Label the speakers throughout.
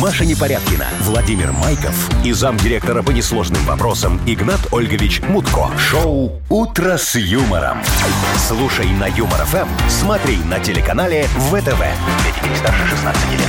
Speaker 1: Маша Непорядкина, Владимир Майков и замдиректора по несложным вопросам Игнат Ольгович Мутко. Шоу «Утро с юмором». Слушай на Юмор ФМ, смотри на телеканале ВТВ. Для детей старше 16 лет.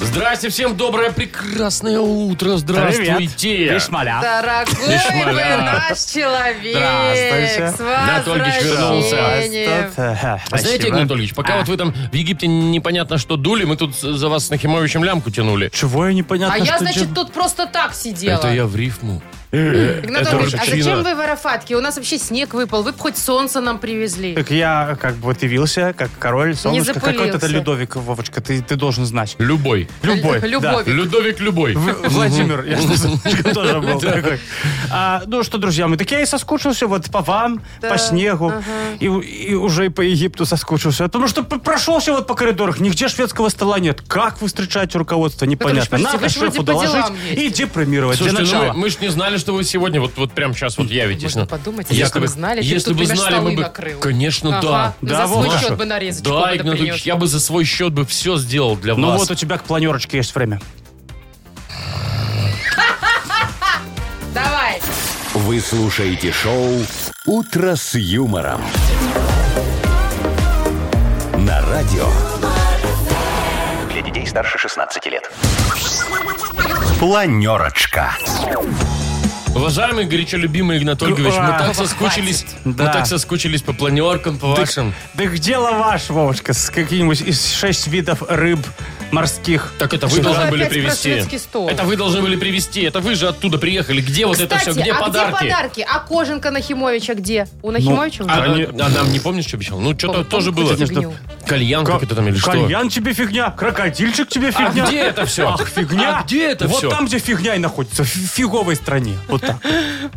Speaker 2: Здрасте всем, доброе, прекрасное утро. Здравствуйте.
Speaker 3: Бишмаля.
Speaker 4: Дорогой
Speaker 2: Лишь
Speaker 4: вы
Speaker 2: моля.
Speaker 4: наш человек!
Speaker 3: Здравствуйте.
Speaker 4: С
Speaker 2: Да, Тольгич вернулся.
Speaker 4: а возвращением.
Speaker 2: А Знаете, Игнат Анатольевич,
Speaker 4: А.
Speaker 2: пока вот вы там в Египте непонятно что дули, мы тут за вас с Нахимовичем лямку тянули.
Speaker 3: Чего я непонятно,
Speaker 4: А я,
Speaker 3: что
Speaker 4: значит,
Speaker 3: дел-
Speaker 4: тут просто так сидела.
Speaker 2: Это я в рифму.
Speaker 4: Игнат
Speaker 2: это
Speaker 4: Ольгович, а
Speaker 2: ручина.
Speaker 4: зачем вы в Арафатке? У нас вообще снег выпал. Вы бы хоть солнце нам привезли.
Speaker 3: Так я как бы вот явился, как король, солнышко.
Speaker 4: запылился.
Speaker 3: Какой-то это Людовик, Вовочка, ты, ты должен знать.
Speaker 2: Любой.
Speaker 3: Любой.
Speaker 4: Любовь.
Speaker 2: Людовик любой.
Speaker 3: да. В- Владимир, я же солнышко тоже был такой. А, Ну что, друзья мои, так я и соскучился вот по вам, по снегу, и у- и уже и по Египту соскучился. Потому что п- прошелся вот по коридорах, нигде шведского стола нет. Как вы встречаете руководство, непонятно.
Speaker 4: подождите, вы
Speaker 3: Надо
Speaker 4: ж вроде
Speaker 3: шефу
Speaker 4: по
Speaker 3: доложить
Speaker 4: делам
Speaker 3: и
Speaker 4: ездите.
Speaker 3: депримировать для
Speaker 2: Слушайте, ну
Speaker 3: начала.
Speaker 2: мы, же не знали, что вы сегодня вот, вот прям сейчас вот явитесь.
Speaker 4: Можно
Speaker 2: Ну,
Speaker 4: подумать, если бы знали, ты бы
Speaker 2: если
Speaker 4: тут,
Speaker 2: бы
Speaker 4: например,
Speaker 2: знали, мы
Speaker 4: столы
Speaker 2: бы...
Speaker 4: накрыл.
Speaker 2: Конечно,
Speaker 4: Ага. Ну,
Speaker 2: да.
Speaker 3: Да,
Speaker 4: За свой
Speaker 3: Маша.
Speaker 4: счет бы нарезочку
Speaker 2: Да,
Speaker 4: бы
Speaker 2: Игнат Ильич,
Speaker 4: принес.
Speaker 2: я бы за свой счет бы все сделал для
Speaker 3: Ну
Speaker 2: вас.
Speaker 3: вот у тебя к планерочке есть время.
Speaker 4: Давай.
Speaker 1: Вы слушаете шоу «Утро с юмором». На радио. Для детей старше 16 лет. Планерочка.
Speaker 2: Уважаемый, горячо любимый Игнат Ольгович, мы
Speaker 3: Ура.
Speaker 2: так соскучились, мы
Speaker 3: Да.
Speaker 2: так соскучились по планеркам, по вашим.
Speaker 3: Да где лаваш, Вовочка, с каким-нибудь из шесть видов рыб морских?
Speaker 2: Так это вы
Speaker 3: Что?
Speaker 2: должны
Speaker 4: ну, Опять
Speaker 2: были
Speaker 4: про
Speaker 2: привезти.
Speaker 4: шведский стол.
Speaker 2: Это вы должны были привезти. Это вы же оттуда приехали. Где вот это
Speaker 4: Кстати,
Speaker 2: все? Где
Speaker 4: а
Speaker 2: подарки?
Speaker 4: где подарки? А кожанка Нахимовича где? У Нахимовича?
Speaker 2: А,
Speaker 4: уже?
Speaker 2: а- а нам не помнишь, что обещал? Ну, что-то тоже было.
Speaker 4: Какую-то фигню.
Speaker 2: Кальян какой-то там или что?
Speaker 3: Кальян тебе фигня, крокодильчик тебе
Speaker 2: А
Speaker 3: фигня.
Speaker 2: где это все?
Speaker 3: Ах, фигня.
Speaker 2: А где это
Speaker 3: вот
Speaker 2: все?
Speaker 3: Вот там, где фигня и находится, в фиговой стране. Вот так.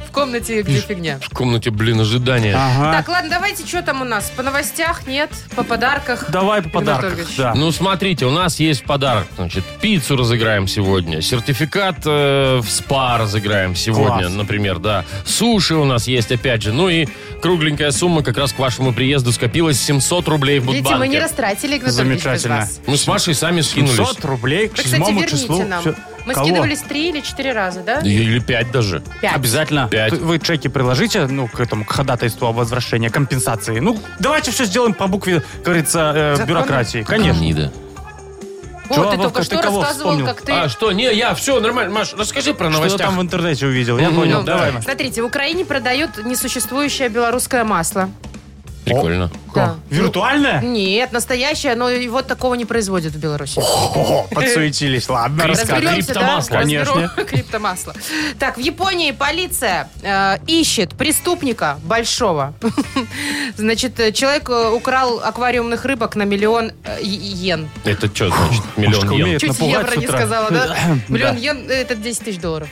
Speaker 4: В комнате где фигня?
Speaker 2: В комнате, блин, ожидания.
Speaker 3: Ага.
Speaker 4: Так, ладно, давайте, что там у нас? По новостях, нет? По подарках?
Speaker 3: Давай по
Speaker 4: Игнат
Speaker 3: подаркам.
Speaker 4: Ольгович.
Speaker 3: Да.
Speaker 2: Ну, смотрите, у нас есть подарок. Значит, пиццу разыграем сегодня. Сертификат э, в СПА разыграем сегодня,
Speaker 3: Класс.
Speaker 2: например, да. Суши у нас есть, опять же. Ну и кругленькая сумма как раз к вашему приезду скопилась 700 рублей в
Speaker 4: Видите, мы
Speaker 2: Будбанке.
Speaker 4: не растратили, Игнат Ольгович, без
Speaker 3: Замечательно.
Speaker 4: вас.
Speaker 2: Мы с Машей сами скинулись.
Speaker 3: 700 рублей к
Speaker 4: Вы, кстати,
Speaker 3: седьмому
Speaker 4: верните
Speaker 3: числу.
Speaker 4: нам.
Speaker 3: Всё.
Speaker 4: Мы
Speaker 3: Кого?
Speaker 4: скидывались три или четыре раза, да?
Speaker 2: Или 5 даже.
Speaker 4: Пять.
Speaker 3: Обязательно.
Speaker 2: Пять.
Speaker 3: Т- Вы чеки приложите, ну, к этому, к ходатайству о возвращении компенсации. Ну, давайте все сделаем по букве, как говорится, э,
Speaker 4: Закона?
Speaker 3: бюрократии. Конечно.
Speaker 2: Нида.
Speaker 4: О,
Speaker 3: Чё,
Speaker 4: ты
Speaker 3: Вовка,
Speaker 4: только
Speaker 3: ты
Speaker 4: что
Speaker 3: кого
Speaker 4: рассказывал,
Speaker 3: вспомнил?
Speaker 4: как ты...
Speaker 2: А, что? Не, я, все, нормально. Маш, расскажи про
Speaker 3: Что
Speaker 2: новостях.
Speaker 3: там в интернете увидел? Я
Speaker 2: Мгм.
Speaker 3: понял.
Speaker 4: Ну,
Speaker 3: Давай,
Speaker 4: да.
Speaker 3: Маш.
Speaker 4: Смотрите, в Украине продают несуществующее белорусское масло.
Speaker 2: Прикольно.
Speaker 4: Да.
Speaker 3: Виртуальное?
Speaker 4: Нет, настоящее, но и вот такого не производят в Беларуси.
Speaker 3: О, подсуетились. Ладно, рассказывай.
Speaker 2: Разберем. криптомасло.
Speaker 4: разберу-
Speaker 3: Конечно.
Speaker 4: Криптомасло. Так, в Японии полиция э, ищет преступника большого. Значит, э, человек э, украл аквариумных рыбок на миллион э, и- и йен.
Speaker 2: Это что значит?
Speaker 3: Машка
Speaker 2: Миллион йен.
Speaker 3: умеет.
Speaker 4: Чуть
Speaker 3: напугать
Speaker 4: евро
Speaker 3: с
Speaker 4: не
Speaker 3: утра.
Speaker 4: сказала, да?
Speaker 3: Да.
Speaker 4: Миллион йен – это 10 тысяч долларов.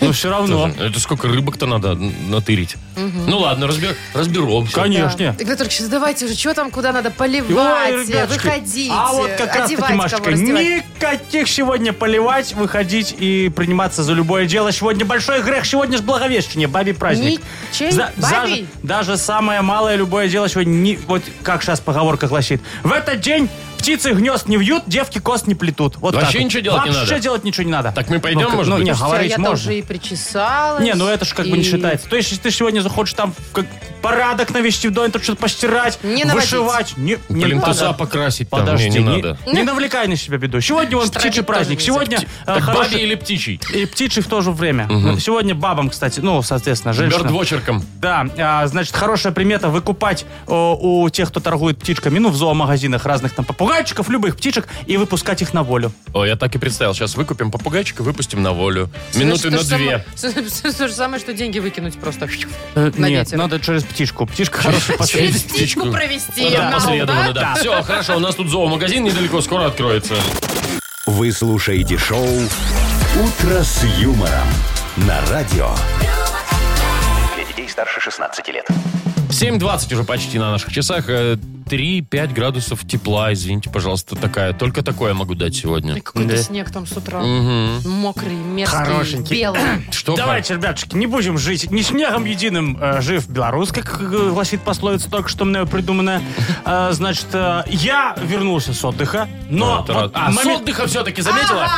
Speaker 3: Ну, все равно.
Speaker 2: Тоже. Это сколько рыбок-то надо н- натырить? Ну ладно, разбер- разберемся.
Speaker 3: Конечно.
Speaker 4: Да. Игнат Ольгович, давайте уже, что там, куда надо поливать,
Speaker 3: Ой, ребяточки.
Speaker 4: выходить,
Speaker 3: А вот как раз
Speaker 4: одевать
Speaker 3: таки, Машка,
Speaker 4: кого, раздевать.
Speaker 3: никаких сегодня поливать, выходить и приниматься за любое дело. Сегодня большой грех, сегодня же Благовещение, бабий праздник.
Speaker 4: Ничей-
Speaker 3: даже,
Speaker 4: бабий?
Speaker 3: даже самое малое любое дело сегодня, не, вот как сейчас поговорка гласит, в этот день птицы гнезд не вьют, девки кост не плетут. Вот
Speaker 2: Вообще
Speaker 3: так вот.
Speaker 2: ничего делать не
Speaker 3: Вообще
Speaker 2: надо?
Speaker 3: делать ничего не надо.
Speaker 2: Так мы пойдем,
Speaker 3: Ну,
Speaker 2: может
Speaker 3: ну,
Speaker 2: быть?
Speaker 3: не,
Speaker 4: Всё,
Speaker 3: говорить
Speaker 4: я
Speaker 3: можно.
Speaker 4: тоже и причесалась.
Speaker 3: Не, ну это ж как бы не
Speaker 4: и-
Speaker 3: считается. То есть, если ты сегодня захочешь там как порядок навести в доме, тут что-то постирать,
Speaker 4: Не наводить.
Speaker 3: вышивать. Не, не
Speaker 2: Плинтуса
Speaker 3: надо.
Speaker 2: покрасить там
Speaker 3: Подожди,
Speaker 2: не, не надо. Типа,
Speaker 3: не навлекай на себя беду. Сегодня вон
Speaker 4: Штрафить
Speaker 3: птичий праздник.
Speaker 4: тоже нельзя.
Speaker 3: Сегодня э,
Speaker 2: Так
Speaker 3: хороший-
Speaker 2: бабе или птичий?
Speaker 3: и птичий в то же время. Ну, Сегодня бабам, кстати, ну, соответственно, женщинам.
Speaker 2: Бердвочерком.
Speaker 3: Да, а, значит, хорошая примета выкупать э, у тех, кто торгует птичками, ну, в зоомагазинах разных там попугайчиков, любых птичек, и выпускать их на волю.
Speaker 2: О, я так и представил. Сейчас выкупим попугайчика, выпустим на волю. Минуты
Speaker 4: Значит,
Speaker 2: на
Speaker 4: то же
Speaker 2: две.
Speaker 4: самое- с- с- То же самое, что деньги выкинуть просто.
Speaker 3: Э,
Speaker 4: На
Speaker 3: нет,
Speaker 4: ветер.
Speaker 3: надо через птичку. Птичка хорошая посредник.
Speaker 4: Через птичку провести.
Speaker 2: Да,
Speaker 4: на
Speaker 2: посредованно,
Speaker 4: лбу, да?
Speaker 2: да. Все, хорошо, у нас тут зоомагазин недалеко, скоро откроется.
Speaker 1: Вы слушаете шоу «Утро с юмором» на радио. Для детей старше 16 лет.
Speaker 2: 7.20 уже почти на наших часах. Э, 3-5 градусов тепла, извините, пожалуйста, такая. Только такое могу дать сегодня.
Speaker 4: Ой, Какой-то
Speaker 3: Да.
Speaker 4: снег там с утра.
Speaker 2: Мгм.
Speaker 4: Мокрый, мерзкий,
Speaker 3: Хорошенький.
Speaker 4: белый.
Speaker 2: Что,
Speaker 3: Давайте, ребятушки, не будем жить не снегом единым, э, жив белорус, как э, гласит пословица, только что мною придуманная. Э, значит, э, я вернулся с отдыха, но...
Speaker 2: Вот, рад. А, с
Speaker 3: момент-
Speaker 2: отдыха все-таки заметила?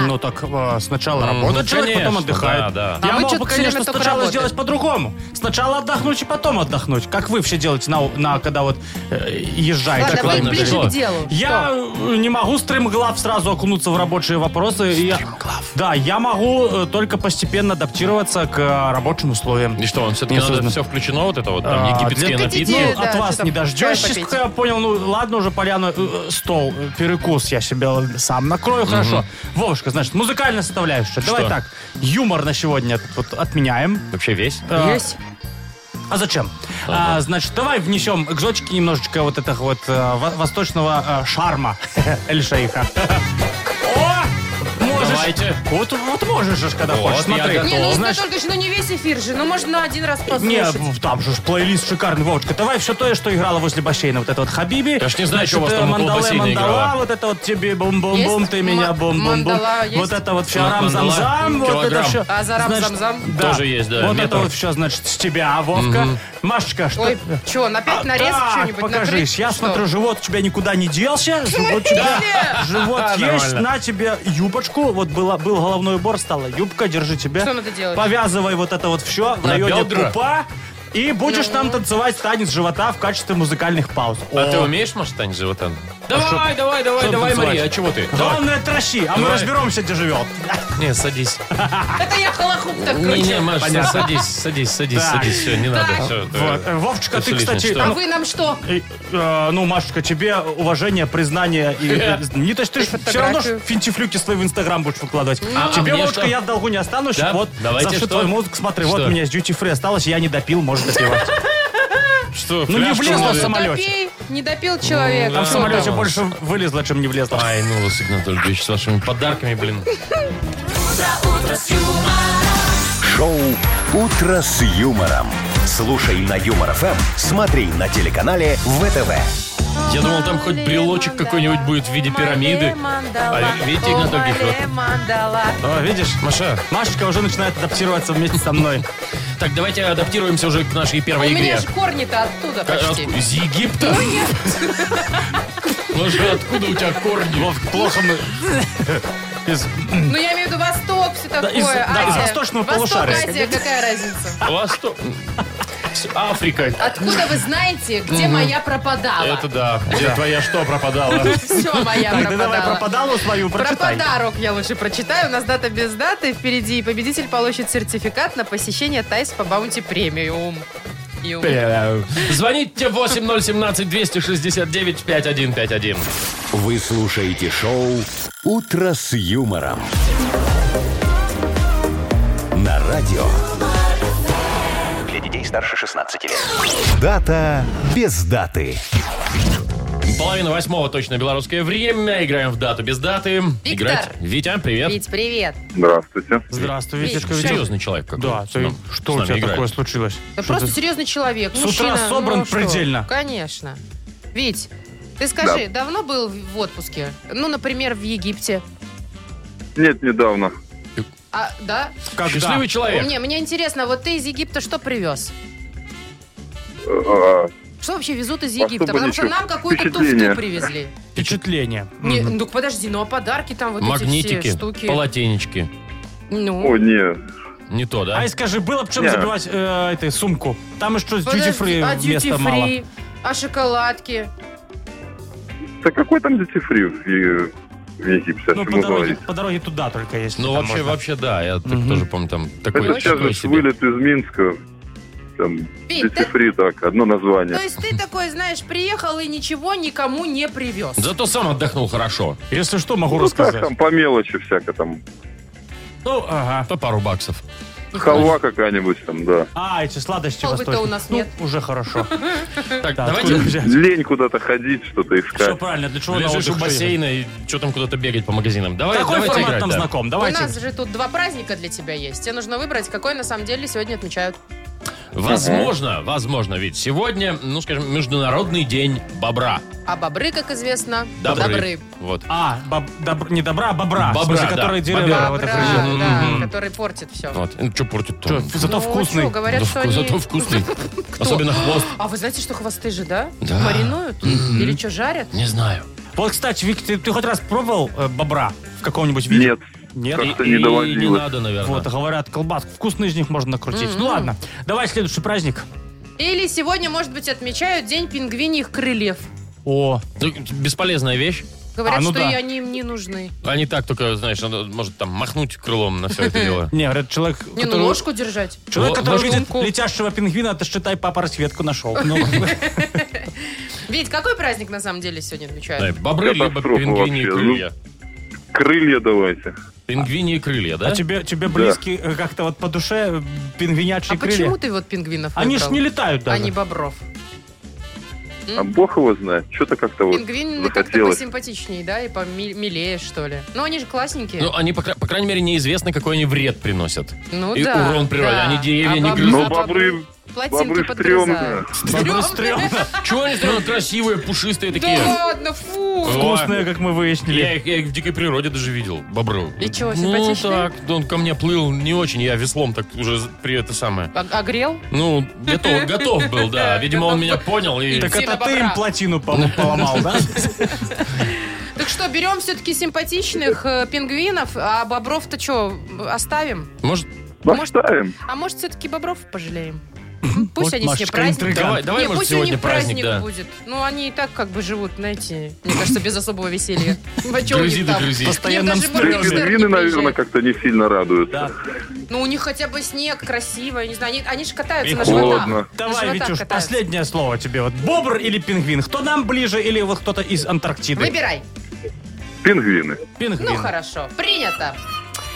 Speaker 3: Ну так э, сначала
Speaker 2: Мгм, Ну,
Speaker 3: работает человек, потом
Speaker 2: конечно,
Speaker 3: отдыхает.
Speaker 2: да,
Speaker 4: да. А
Speaker 3: Я
Speaker 4: мы
Speaker 3: мог
Speaker 4: чё-то
Speaker 3: бы,
Speaker 4: всё
Speaker 3: конечно,
Speaker 4: время только
Speaker 3: сначала
Speaker 4: работаем.
Speaker 3: сделать по-другому. Сначала отдохнуть и потом отдохнуть. Как вы все делаете на, на когда вот э, езжаете.
Speaker 4: Ладно,
Speaker 2: ладно,
Speaker 4: вы ближе
Speaker 2: что?
Speaker 4: к делу.
Speaker 3: Я э, не могу стримглав сразу окунуться в рабочие вопросы. Я- да, я могу э, только постепенно адаптироваться к э, рабочим условиям.
Speaker 2: И что, он все-таки
Speaker 3: Не
Speaker 2: надо
Speaker 3: осознанно.
Speaker 2: все включено, вот это вот,
Speaker 3: А,
Speaker 2: там, египетские
Speaker 3: для-
Speaker 2: напитки?
Speaker 4: Хотите-
Speaker 3: Ну,
Speaker 4: да,
Speaker 3: от вас
Speaker 4: что
Speaker 3: не
Speaker 4: там, чай
Speaker 3: дождешься,
Speaker 4: попить?
Speaker 3: я понял. Ну, ладно уже, поляну, э, стол, э, перекус я себе сам накрою, хорошо. Вовушка, значит, музыкальная составляющая. Давай
Speaker 2: Что?
Speaker 3: так, юмор на сегодня вот отменяем.
Speaker 2: Ну, Вообще весь?
Speaker 3: Э,
Speaker 4: Есть?
Speaker 3: А зачем? А, значит, давай внесем экзотики немножечко вот этого вот э, во- восточного э, шарма Эль-Шейха. О! Можешь.
Speaker 2: Давайте.
Speaker 3: Вот, вот можешь, же, когда
Speaker 2: Вот,
Speaker 3: хочешь.
Speaker 2: я
Speaker 3: Смотри.
Speaker 2: готов.
Speaker 4: Не, ну
Speaker 3: Значит,
Speaker 4: Значит... только ну не весь эфир же, ну можно один раз
Speaker 3: не,
Speaker 4: послушать.
Speaker 3: в- там же ж плейлист шикарный, Вовочка. Давай все то, что играла возле бассейна. Вот это вот Хабиби.
Speaker 2: Я ж не знаю, что у вас
Speaker 3: э,
Speaker 2: там около
Speaker 3: Мандале,
Speaker 2: бассейна
Speaker 3: Мандала,
Speaker 2: играла.
Speaker 3: вот это вот тебе бум-бум-бум,
Speaker 4: Есть?
Speaker 3: ты меня
Speaker 4: М-
Speaker 3: бум-бум-бум.
Speaker 4: Мандала есть?
Speaker 3: Вот это вот фиарам
Speaker 2: Мандала,
Speaker 3: замзам, вот это
Speaker 2: килограмм.
Speaker 3: все.
Speaker 4: А зарам замзам?
Speaker 2: Тоже есть, да,
Speaker 3: Вот
Speaker 2: метр.
Speaker 3: это вот все, значит, с тебя, Вовка. Машечка, а что...
Speaker 4: Ой, что, он опять
Speaker 2: А,
Speaker 4: нарез
Speaker 3: А Так,
Speaker 4: что-нибудь
Speaker 3: покажись.
Speaker 4: накрыть?
Speaker 3: Я
Speaker 4: Что?
Speaker 3: смотрю, живот у тебя никуда не делся. Живот, у тебя- живот есть.
Speaker 2: Нормально.
Speaker 3: На тебе юбочку. Вот была, был головной убор, стала юбка. Держи тебя.
Speaker 4: Что надо делать?
Speaker 3: Повязывай вот это вот все в
Speaker 2: На
Speaker 3: районе
Speaker 2: бедра?
Speaker 3: пупа. И будешь нам танцевать танец живота в качестве музыкальных пауз.
Speaker 2: А
Speaker 3: О.
Speaker 2: ты умеешь, может, танец живота? Давай, давай, давай,
Speaker 3: чтоб
Speaker 2: давай,
Speaker 3: танцевать.
Speaker 2: Мария, а чего ты? Давай.
Speaker 3: Главное, тращи, а мы
Speaker 2: Давай.
Speaker 3: разберемся, где живет.
Speaker 2: Не, садись.
Speaker 4: Это я холохуп так
Speaker 2: Не, не,
Speaker 4: кручу.
Speaker 2: Маш,
Speaker 3: Понятно.
Speaker 2: садись, садись, садись,
Speaker 3: Так.
Speaker 2: садись, все, не надо,
Speaker 4: Так.
Speaker 2: все.
Speaker 3: Вот. Э, Вовчика,
Speaker 2: Это
Speaker 3: ты,
Speaker 2: лишнее,
Speaker 3: кстати...
Speaker 2: что?
Speaker 4: А
Speaker 3: ну,
Speaker 4: вы нам что?
Speaker 3: э, э, ну, Машечка, тебе уважение, признание и э, знаменитость. Ты все равно ж
Speaker 4: фотографию.
Speaker 3: финтифлюки свои в Инстаграм будешь выкладывать.
Speaker 2: А,
Speaker 3: тебе,
Speaker 2: а мне
Speaker 3: Вовочка,
Speaker 2: что?
Speaker 3: я в долгу не останусь.
Speaker 2: Да?
Speaker 3: Вот,
Speaker 2: Давайте
Speaker 3: за всю
Speaker 2: что?
Speaker 3: твою музыку смотри. Вот
Speaker 2: Что?
Speaker 3: у меня с Duty Free осталось, я не допил, может допивать.
Speaker 2: Что,
Speaker 3: Ну, не
Speaker 2: фляжку
Speaker 3: влезла
Speaker 2: надо?
Speaker 3: в самолет. самолете.
Speaker 4: Допей, не допил человек.
Speaker 2: Ну,
Speaker 3: Там в
Speaker 4: Что
Speaker 3: самолете
Speaker 4: там?
Speaker 3: больше вылезло, чем не влезло.
Speaker 2: Ай, ну, вас, Игнат Ольгович, с вашими подарками, блин.
Speaker 1: Шоу «Утро с юмором». Слушай на Юмор ФМ, смотри на телеканале ВТВ.
Speaker 2: Я думал, там хоть брелочек какой-нибудь будет в виде пирамиды. А видите, Игнат Ольгович, вот.
Speaker 3: О, видишь?
Speaker 2: Маша,
Speaker 3: Машечка уже начинает адаптироваться вместе со мной.
Speaker 2: так, давайте адаптируемся уже к нашей
Speaker 4: У
Speaker 2: первой
Speaker 4: меня
Speaker 2: игре.
Speaker 4: же корни-то оттуда почти.
Speaker 2: Из Египта? Ну же, откуда у тебя корни?
Speaker 3: Вов, плохо мы... Из-
Speaker 4: Ну, я имею в виду Восток, все такое.
Speaker 3: из- да, из
Speaker 4: Азия.
Speaker 3: восточного
Speaker 4: Восток,
Speaker 3: полушария.
Speaker 4: Азия, какая разница?
Speaker 2: А Восток. Африка.
Speaker 4: Откуда вы знаете, где моя пропадала?
Speaker 2: Это да. Где твоя что пропадала?
Speaker 4: Все моя
Speaker 3: Так, ты давай
Speaker 4: пропадала.
Speaker 3: пропадалу свою
Speaker 4: Про
Speaker 3: прочитай.
Speaker 4: подарок я лучше прочитаю. У нас дата без даты. Впереди победитель получит сертификат на посещение Тайс по баунти премиум. Юм.
Speaker 2: Звоните 8017-269-5151.
Speaker 1: Вы слушаете шоу «Утро с юмором». На радио.
Speaker 5: Для детей старше 16 лет.
Speaker 1: Дата без даты.
Speaker 2: Половина восьмого точно белорусское время. Играем в дату без даты.
Speaker 4: Виктор.
Speaker 2: Играть. Витя, привет.
Speaker 4: Вить, привет.
Speaker 6: Здравствуйте.
Speaker 3: Здравствуй, Витюшка. Витюшка.
Speaker 2: Серьезный человек какой.
Speaker 3: Да, ты, что у тебя такое случилось?
Speaker 4: Да
Speaker 3: Что
Speaker 4: просто
Speaker 3: ты-
Speaker 4: серьезный человек.
Speaker 3: С
Speaker 4: мужчина,
Speaker 3: утра собран
Speaker 4: ну что?
Speaker 3: предельно.
Speaker 4: Конечно. Вить, ты скажи, давно был в в отпуске? Ну, например, в Египте.
Speaker 6: Нет, недавно.
Speaker 4: А, да?
Speaker 3: Когда?
Speaker 2: Счастливый человек.
Speaker 4: Мне, мне интересно, вот ты из Египта что привез?
Speaker 6: Э, э,
Speaker 4: Что вообще везут из Египта?
Speaker 6: Особо
Speaker 4: Потому что
Speaker 6: ничего.
Speaker 4: нам какую-то
Speaker 6: Впечатление.
Speaker 4: туфту привезли.
Speaker 3: Впечатление.
Speaker 4: Не,
Speaker 3: Мгм.
Speaker 4: ну подожди, ну а подарки там вот эти
Speaker 2: Магнитики,
Speaker 4: все штуки.
Speaker 2: полотенечки.
Speaker 4: Ну,
Speaker 6: О, не.
Speaker 2: Не то, да?
Speaker 3: Ай, А скажи, было бы чем
Speaker 6: Не.
Speaker 3: забивать э, этой сумку? Там и что,
Speaker 4: подожди,
Speaker 3: duty free
Speaker 4: а
Speaker 3: места мало.
Speaker 4: дьюти-фри, а шоколадки.
Speaker 6: Да какой там дютифри в, Е- в Египте? О
Speaker 3: Ну,
Speaker 6: чем
Speaker 3: по
Speaker 6: вы
Speaker 3: дороге,
Speaker 6: говорите?
Speaker 3: по дороге туда только есть.
Speaker 2: Ну, вообще, вообще, да. Я так
Speaker 3: Мгм.
Speaker 2: тоже помню, там такой,
Speaker 6: Это сейчас
Speaker 2: такой
Speaker 6: же
Speaker 2: себе.
Speaker 6: вылет из Минска. Там
Speaker 4: Петь, ты-
Speaker 6: дютифри, так, одно название.
Speaker 4: То есть ты такой, знаешь, приехал и ничего никому не привез.
Speaker 2: Зато сам отдохнул хорошо.
Speaker 3: Если что, могу
Speaker 6: Ну, так, там
Speaker 3: рассказать.
Speaker 6: по мелочи всякое, там,
Speaker 3: Ну, ага.
Speaker 2: По пару баксов.
Speaker 6: халва какая-нибудь там, да.
Speaker 3: А, эти сладости
Speaker 4: Колбы-то
Speaker 3: восточные.
Speaker 4: у нас
Speaker 3: Ну,
Speaker 4: нет.
Speaker 3: уже хорошо.
Speaker 2: Так,
Speaker 3: Да,
Speaker 2: давайте
Speaker 3: откуда взять?
Speaker 6: Лень куда-то ходить, что-то
Speaker 3: Все
Speaker 6: искать.
Speaker 3: правильно, для чего на
Speaker 2: лежишь у
Speaker 3: отдых приехал?
Speaker 2: бассейна и что там куда-то бегать по магазинам. Давай,
Speaker 3: Такой
Speaker 2: давайте
Speaker 3: формат
Speaker 2: играть,
Speaker 3: нам
Speaker 2: да.
Speaker 3: знаком.
Speaker 4: У
Speaker 3: Давайте.
Speaker 4: нас же тут два праздника для тебя есть. Тебе нужно выбрать, какой на самом деле сегодня отмечают.
Speaker 2: Возможно, возможно, ведь сегодня, ну, скажем, Международный день бобра.
Speaker 4: А бобры, как известно,
Speaker 2: Добры. Вот.
Speaker 3: А, боб- добр- не добра, а бобра.
Speaker 2: Бобра,
Speaker 3: в смысле,
Speaker 2: да.
Speaker 3: которые дерева
Speaker 2: Бобра.
Speaker 3: вот
Speaker 4: Бобра,
Speaker 3: окружают.
Speaker 4: да, который портит все.
Speaker 2: вот. Что портит то?
Speaker 3: Чё, Зато
Speaker 4: Ну,
Speaker 3: вкусный.
Speaker 4: чё, говорят,
Speaker 2: Да
Speaker 4: что
Speaker 2: вку-
Speaker 4: они...
Speaker 2: Зато вкусный. Особенно хвост.
Speaker 4: А вы знаете, что хвосты же, да?
Speaker 2: Да.
Speaker 4: Маринуют? Или что, жарят?
Speaker 2: Не знаю.
Speaker 3: Вот, кстати, Вик, ты, ты хоть раз пробовал э, бобра в каком-нибудь виде?
Speaker 6: Нет.
Speaker 3: Нет?
Speaker 6: Как-то
Speaker 2: И-
Speaker 6: не
Speaker 2: и не
Speaker 6: доводилось.
Speaker 2: надо, наверное.
Speaker 3: Вот, говорят, колбаску. Вкусный из них можно накрутить.
Speaker 4: М-м.
Speaker 3: Ну ладно, давай следующий праздник.
Speaker 4: Или сегодня, может быть, отмечают День пингвиньих крыльев.
Speaker 3: О,
Speaker 2: Да, Ну, Бесполезная вещь.
Speaker 4: Говорят,
Speaker 3: А, ну
Speaker 4: что
Speaker 3: да.
Speaker 4: и они им не нужны.
Speaker 2: Они так только, знаешь, надо, может там махнуть крылом на все это дело.
Speaker 3: не, говорят, человек,
Speaker 4: Не, ну
Speaker 3: который...
Speaker 4: ложку держать.
Speaker 3: Человек,
Speaker 2: Ло-
Speaker 3: который
Speaker 2: ложку.
Speaker 3: видит летящего пингвина, ты считай, папа расцветку нашел. Ну,
Speaker 4: Ведь какой праздник на самом деле сегодня
Speaker 2: Э,
Speaker 4: отмечают?
Speaker 2: Бобры либо
Speaker 6: Катастрофа
Speaker 2: пингвини и
Speaker 6: вообще.
Speaker 2: крылья.
Speaker 3: Ну,
Speaker 6: Крылья давайте.
Speaker 2: Пингвини и крылья, да?
Speaker 3: а тебе, тебе близкий э, как-то вот по душе э,
Speaker 4: А
Speaker 3: пингвинячьи крылья.
Speaker 4: почему ты вот пингвинов
Speaker 3: Они ж
Speaker 4: выбрал,
Speaker 3: не летают
Speaker 4: а не
Speaker 3: даже.
Speaker 4: бобров?
Speaker 6: А бог его знает. Что-то как-то вот
Speaker 4: Пингвины как-то
Speaker 6: захотелось.
Speaker 4: посимпатичнее, да, и помилее, что ли. Но они же классненькие.
Speaker 2: Ну, они, по, кра- по крайней мере, неизвестно, какой они вред приносят.
Speaker 4: Ну
Speaker 2: И
Speaker 4: да.
Speaker 2: урон природе.
Speaker 4: да. А
Speaker 2: Они деревья не
Speaker 4: бобры-
Speaker 2: грызут.
Speaker 6: Но бобры,
Speaker 4: Плотинки
Speaker 6: бобры
Speaker 4: подгрызают.
Speaker 6: стрёмные.
Speaker 3: Бобры
Speaker 4: Стрёмные.
Speaker 3: стрёмно.
Speaker 2: Чего они все равно красивые, пушистые такие?
Speaker 4: Да ладно, фу.
Speaker 3: Вкусные, как мы
Speaker 2: Я
Speaker 3: выяснили.
Speaker 2: их, я их в дикой природе даже видел, бобру.
Speaker 4: И чего,
Speaker 2: Ну
Speaker 4: симпатичные?
Speaker 2: так, да он ко мне плыл не очень, я веслом так уже за- при это самое.
Speaker 4: А- Огрел?
Speaker 2: Ну, готов, готов был, да. Видимо, он меня понял и...
Speaker 3: Так
Speaker 4: Идти
Speaker 3: это
Speaker 4: на
Speaker 3: ты им
Speaker 4: бобра.
Speaker 3: плотину пол- поломал, да?
Speaker 4: Так что, берем все-таки симпатичных э, пингвинов, а бобров-то что, оставим?
Speaker 2: Может,
Speaker 6: Поставим.
Speaker 4: А может, все-таки бобров пожалеем? М, Пусть
Speaker 3: Вот
Speaker 4: они себе
Speaker 3: Машечка
Speaker 4: праздник.
Speaker 3: интрига.
Speaker 2: давай, давай,
Speaker 4: Не,
Speaker 2: может,
Speaker 4: пусть у
Speaker 2: сегодня
Speaker 4: них
Speaker 2: праздник,
Speaker 4: праздник
Speaker 2: да.
Speaker 4: будет. Ну, они и так как бы живут, знаете, мне кажется, без особого веселья. А чё у
Speaker 2: Грызи
Speaker 4: них
Speaker 2: да
Speaker 4: там?
Speaker 2: грызи.
Speaker 4: К ним
Speaker 3: Постоянно
Speaker 4: даже
Speaker 3: в
Speaker 6: Да и
Speaker 3: стрёме.
Speaker 4: Моргенштерн не
Speaker 6: пингвины, наверное,
Speaker 4: приезжает.
Speaker 6: как-то не сильно
Speaker 3: Да.
Speaker 6: радуются.
Speaker 4: Ну, у них хотя бы снег красивый, я не знаю. Они, они же катаются
Speaker 2: И
Speaker 4: на животах.
Speaker 6: Холодно.
Speaker 4: На
Speaker 3: Давай,
Speaker 4: животах
Speaker 3: Витюш,
Speaker 4: катаются.
Speaker 3: последнее слово тебе. Вот бобр или пингвин? Кто нам ближе или вот кто-то из Антарктиды?
Speaker 4: Выбирай.
Speaker 6: Пингвины.
Speaker 3: Пингвин.
Speaker 4: Ну, хорошо. Принято.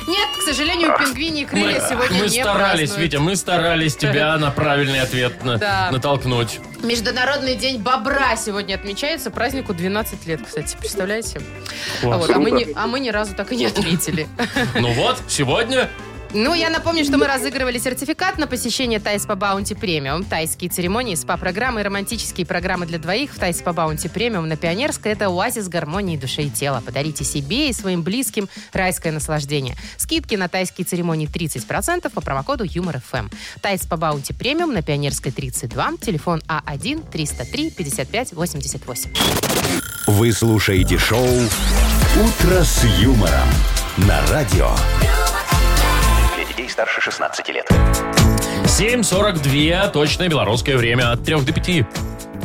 Speaker 4: Нет, к сожалению, пингвини и крылья сегодня
Speaker 2: мы
Speaker 4: не
Speaker 2: старались,
Speaker 4: празднуют.
Speaker 2: Витя, мы старались тебя на правильный ответ на-
Speaker 4: Да.
Speaker 2: натолкнуть.
Speaker 4: Международный день бобра сегодня отмечается. Празднику 12 лет, кстати, представляете?
Speaker 3: Класс.
Speaker 4: Вот, а, мы ни, а мы ни разу так и не отметили.
Speaker 2: Ну вот, сегодня
Speaker 4: Ну, я напомню, что мы разыгрывали сертификат на посещение Тайс по Баунти Премиум. Тайские церемонии, спа-программы и романтические программы для двоих в Тайс по Баунти Премиум на Пионерской – это оазис гармонии души и тела. Подарите себе и своим близким райское наслаждение. Скидки на тайские церемонии 30% по промокоду Юмор ФМ. Тайс по Баунти Премиум на Пионерской 32, телефон А А1-303-55-88.
Speaker 1: Вы слушаете шоу «Утро с юмором» на радио.
Speaker 5: Для детей старше 16 лет.
Speaker 2: 7.42, точное белорусское время, от 3 до 5.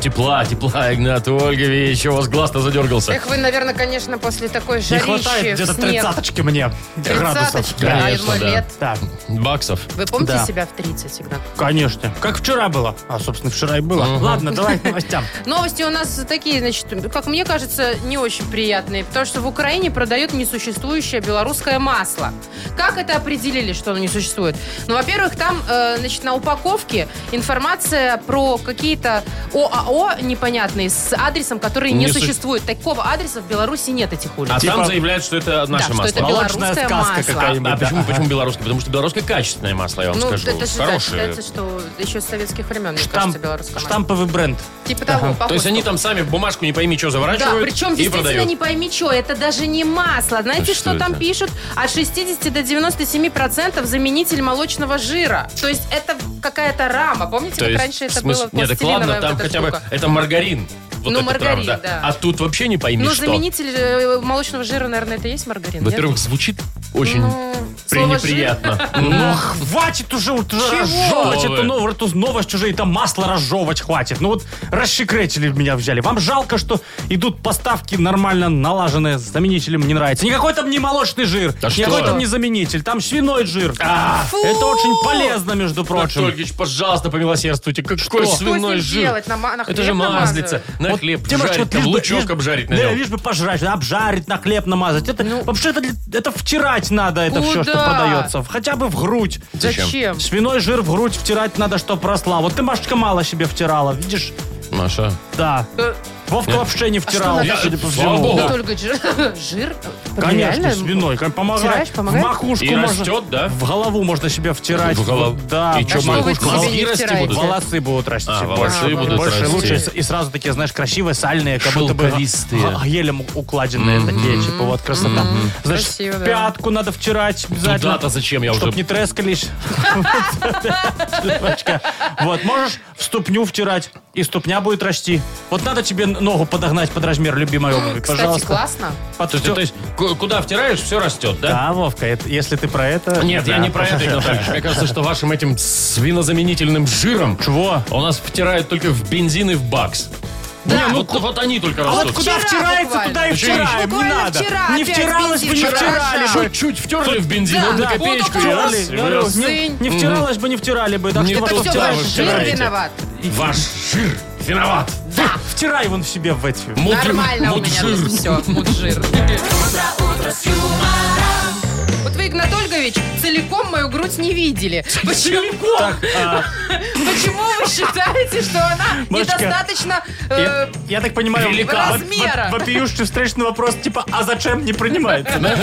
Speaker 2: Тепла, тепла, Игнат Ольгович, у вас глаз-то задергался.
Speaker 4: Эх, вы, наверное, конечно, после такой
Speaker 3: Не
Speaker 4: жарищи
Speaker 3: хватает где-то
Speaker 4: в снег.
Speaker 3: тридцаточки мне градусов.
Speaker 4: Тридцаточки, а
Speaker 2: Конечно,
Speaker 4: его
Speaker 2: да.
Speaker 4: лет.
Speaker 3: Да,
Speaker 2: Баксов.
Speaker 4: Вы помните
Speaker 3: Да.
Speaker 4: себя в 30, Игнат?
Speaker 3: конечно. Как вчера было. А, собственно, вчера и было. Ладно, давай к новостям.
Speaker 4: Новости у нас такие, значит, как мне кажется, не очень приятные, потому что в Украине продают несуществующее белорусское масло. Как это определили, что оно не существует? Ну, во-первых, там, э, значит, на упаковке информация про какие-то ОАО непонятные с адресом, который не,
Speaker 2: Не су-
Speaker 4: существует. Такого адреса в Беларуси нет этих улиц.
Speaker 2: А
Speaker 3: Типа-
Speaker 2: там заявляют, что это наше
Speaker 4: Да, что
Speaker 2: масло.
Speaker 4: это бело-
Speaker 3: Молочная
Speaker 4: Белорусское
Speaker 3: сказка
Speaker 4: масло.
Speaker 2: А,
Speaker 3: какая-нибудь.
Speaker 2: а почему,
Speaker 3: да.
Speaker 2: почему белорусское? Потому что белорусское качественное масло, я вам
Speaker 4: ну,
Speaker 2: скажу.
Speaker 4: это же да,
Speaker 2: Хорошее.
Speaker 4: считается, что еще с советских времен, мне
Speaker 3: Штамп-
Speaker 4: кажется, белорусское масло.
Speaker 3: штамповый бренд.
Speaker 4: Типа того,
Speaker 2: То есть
Speaker 4: похоже.
Speaker 2: они там сами в бумажку не пойми, что
Speaker 4: Да,
Speaker 2: заворачивают
Speaker 4: причем
Speaker 2: и
Speaker 4: действительно
Speaker 2: продают.
Speaker 4: не пойми что, это даже не масло. Знаете,
Speaker 2: А
Speaker 4: что,
Speaker 2: что
Speaker 4: там
Speaker 2: это?
Speaker 4: пишут? От 60 до 97 процентов заменитель молочного жира. То есть это какая-то рама. Помните,
Speaker 2: То
Speaker 4: как
Speaker 2: есть,
Speaker 4: раньше
Speaker 2: в
Speaker 4: это
Speaker 2: смысле-
Speaker 4: было
Speaker 2: Нет, так ладно,
Speaker 4: пластилиновая
Speaker 2: там
Speaker 4: вот эта
Speaker 2: хотя бы...
Speaker 4: штука?
Speaker 2: Это маргарин. Вот
Speaker 4: Ну,
Speaker 2: это
Speaker 4: маргарин,
Speaker 2: правда.
Speaker 4: да.
Speaker 2: А тут вообще не пойми,
Speaker 4: Ну,
Speaker 2: что.
Speaker 4: заменитель э, молочного жира, наверное, это и есть маргарин, нет?
Speaker 2: Во-первых, звучит очень
Speaker 4: Ну, слово
Speaker 2: пренеприятно.
Speaker 3: Ну,
Speaker 2: Ну,
Speaker 3: хватит уже вот
Speaker 2: Чего
Speaker 3: разжевывать
Speaker 2: вы?
Speaker 3: эту новую, эту новость уже, и там масло разжевывать хватит. Ну вот расшекретили меня взяли. Вам жалко, что идут поставки нормально налаженные, с заменителем не нравится. Никакой там не молочный жир,
Speaker 2: Да
Speaker 3: никакой
Speaker 2: что?
Speaker 3: там не заменитель, там свиной жир.
Speaker 4: Фу!
Speaker 3: Это очень полезно, между
Speaker 2: Марк
Speaker 3: прочим.
Speaker 2: Ольгич, пожалуйста, помилосердствуйте. Какой
Speaker 4: Что с ним
Speaker 2: свиной жир?
Speaker 4: делать? а На ма- на
Speaker 2: Это
Speaker 4: хлеб
Speaker 2: же маслица.
Speaker 4: намазывают?
Speaker 2: На
Speaker 3: Вот
Speaker 2: хлеб
Speaker 3: Димочка,
Speaker 2: жарить,
Speaker 3: вот
Speaker 2: там
Speaker 3: лишь бы-
Speaker 2: лучок
Speaker 3: лишь-
Speaker 2: обжарить
Speaker 3: Да,
Speaker 2: на
Speaker 3: лишь бы пожрать, обжарить, на хлеб намазать. Это, вообще это, для- это втирать надо, это все, что
Speaker 4: Ну. Куда?
Speaker 3: продается. Хотя бы в грудь.
Speaker 4: Зачем?
Speaker 3: Свиной жир в грудь втирать надо, чтоб росла. Вот ты, Машечка, мало себе втирала, видишь?
Speaker 2: Маша.
Speaker 3: Да.
Speaker 4: Э, А
Speaker 3: Вовка вообще не втирал.
Speaker 4: надо?
Speaker 3: судя по
Speaker 2: Слава
Speaker 3: всему.
Speaker 2: богу.
Speaker 4: Только жир. жир?
Speaker 3: Конечно,
Speaker 4: Реально?
Speaker 3: свиной. Как Помогает.
Speaker 4: Втираешь, помогает?
Speaker 3: В макушку
Speaker 2: И
Speaker 3: можно.
Speaker 2: растет, да?
Speaker 3: В голову можно себе втирать.
Speaker 2: В голову.
Speaker 3: Вот, Да.
Speaker 2: И чё,
Speaker 4: А что вы
Speaker 2: макушку?
Speaker 4: себе
Speaker 2: Волоски
Speaker 4: не
Speaker 2: расти
Speaker 4: втираете?
Speaker 2: будут?
Speaker 3: Волосы будут расти.
Speaker 2: А,
Speaker 3: больше,
Speaker 2: волосы
Speaker 3: больше,
Speaker 2: будут расти.
Speaker 3: лучше. И сразу такие, знаешь, красивые, сальные, как будто бы
Speaker 2: Шелковистые.
Speaker 3: а, а, елем укладенные такие, типа, вот красота. Значит,
Speaker 4: Красиво, да.
Speaker 3: пятку надо втирать обязательно.
Speaker 2: Туда-то зачем? Я
Speaker 3: Чтоб
Speaker 2: уже-
Speaker 3: не трескались. Девочка. Вот, можешь в ступню втирать, и ступня будет расти. Вот надо тебе ногу подогнать под размер любимой обуви,
Speaker 4: Кстати,
Speaker 3: пожалуйста.
Speaker 4: классно.
Speaker 3: Под
Speaker 2: То есть,
Speaker 3: всё-
Speaker 2: то есть, ку- куда втираешь, все растет, да?
Speaker 3: Да, Вовка, это- если ты про это...
Speaker 2: Нет, я
Speaker 3: Да.
Speaker 2: не про это, Игнат Ольгович. Мне кажется, что вашим этим свинозаменительным жиром
Speaker 3: Чего?
Speaker 2: у нас втирают только в бензин и в бакс.
Speaker 4: Да.
Speaker 2: Не, ну вот, вот они только
Speaker 3: А вот
Speaker 2: растут.
Speaker 3: куда
Speaker 4: Вчера
Speaker 3: втирается,
Speaker 4: буквально.
Speaker 3: туда и
Speaker 2: Почему?
Speaker 3: втираем. Не
Speaker 4: Буквально
Speaker 3: надо.
Speaker 4: вчера
Speaker 3: не
Speaker 4: опять
Speaker 3: втиралось бы, не
Speaker 4: бензин
Speaker 3: втирали
Speaker 4: вчера.
Speaker 3: бы.
Speaker 2: Чуть-чуть втерли в бензин,
Speaker 4: Да,
Speaker 2: вот на
Speaker 4: да.
Speaker 2: копеечку. и
Speaker 4: Вот так
Speaker 2: раз,
Speaker 3: Втирали,
Speaker 2: и
Speaker 3: говорю,
Speaker 2: раз.
Speaker 3: Не не втиралось бы, не втирали бы. Так
Speaker 2: Не то,
Speaker 3: что
Speaker 4: Это
Speaker 2: что
Speaker 4: все
Speaker 2: вчера
Speaker 3: втирай,
Speaker 2: вы
Speaker 4: ваш жир
Speaker 2: втираете.
Speaker 4: виноват.
Speaker 2: Ваш жир виноват.
Speaker 3: втирай вон в себе в эти.
Speaker 2: Муд-
Speaker 4: Нормально у меня
Speaker 2: муджир.
Speaker 4: тут все. Муджир. Вот вы, Игнат Ольгович, целиком мою грудь не видели. Почему?
Speaker 2: а.
Speaker 4: Почему вы считаете, что она
Speaker 3: Машечка,
Speaker 4: недостаточно... э,
Speaker 3: Я, я так понимаю,
Speaker 4: Велика.
Speaker 3: во-
Speaker 4: Размера.
Speaker 3: во- вопиющий встречный вопрос, типа, а зачем не принимается? да?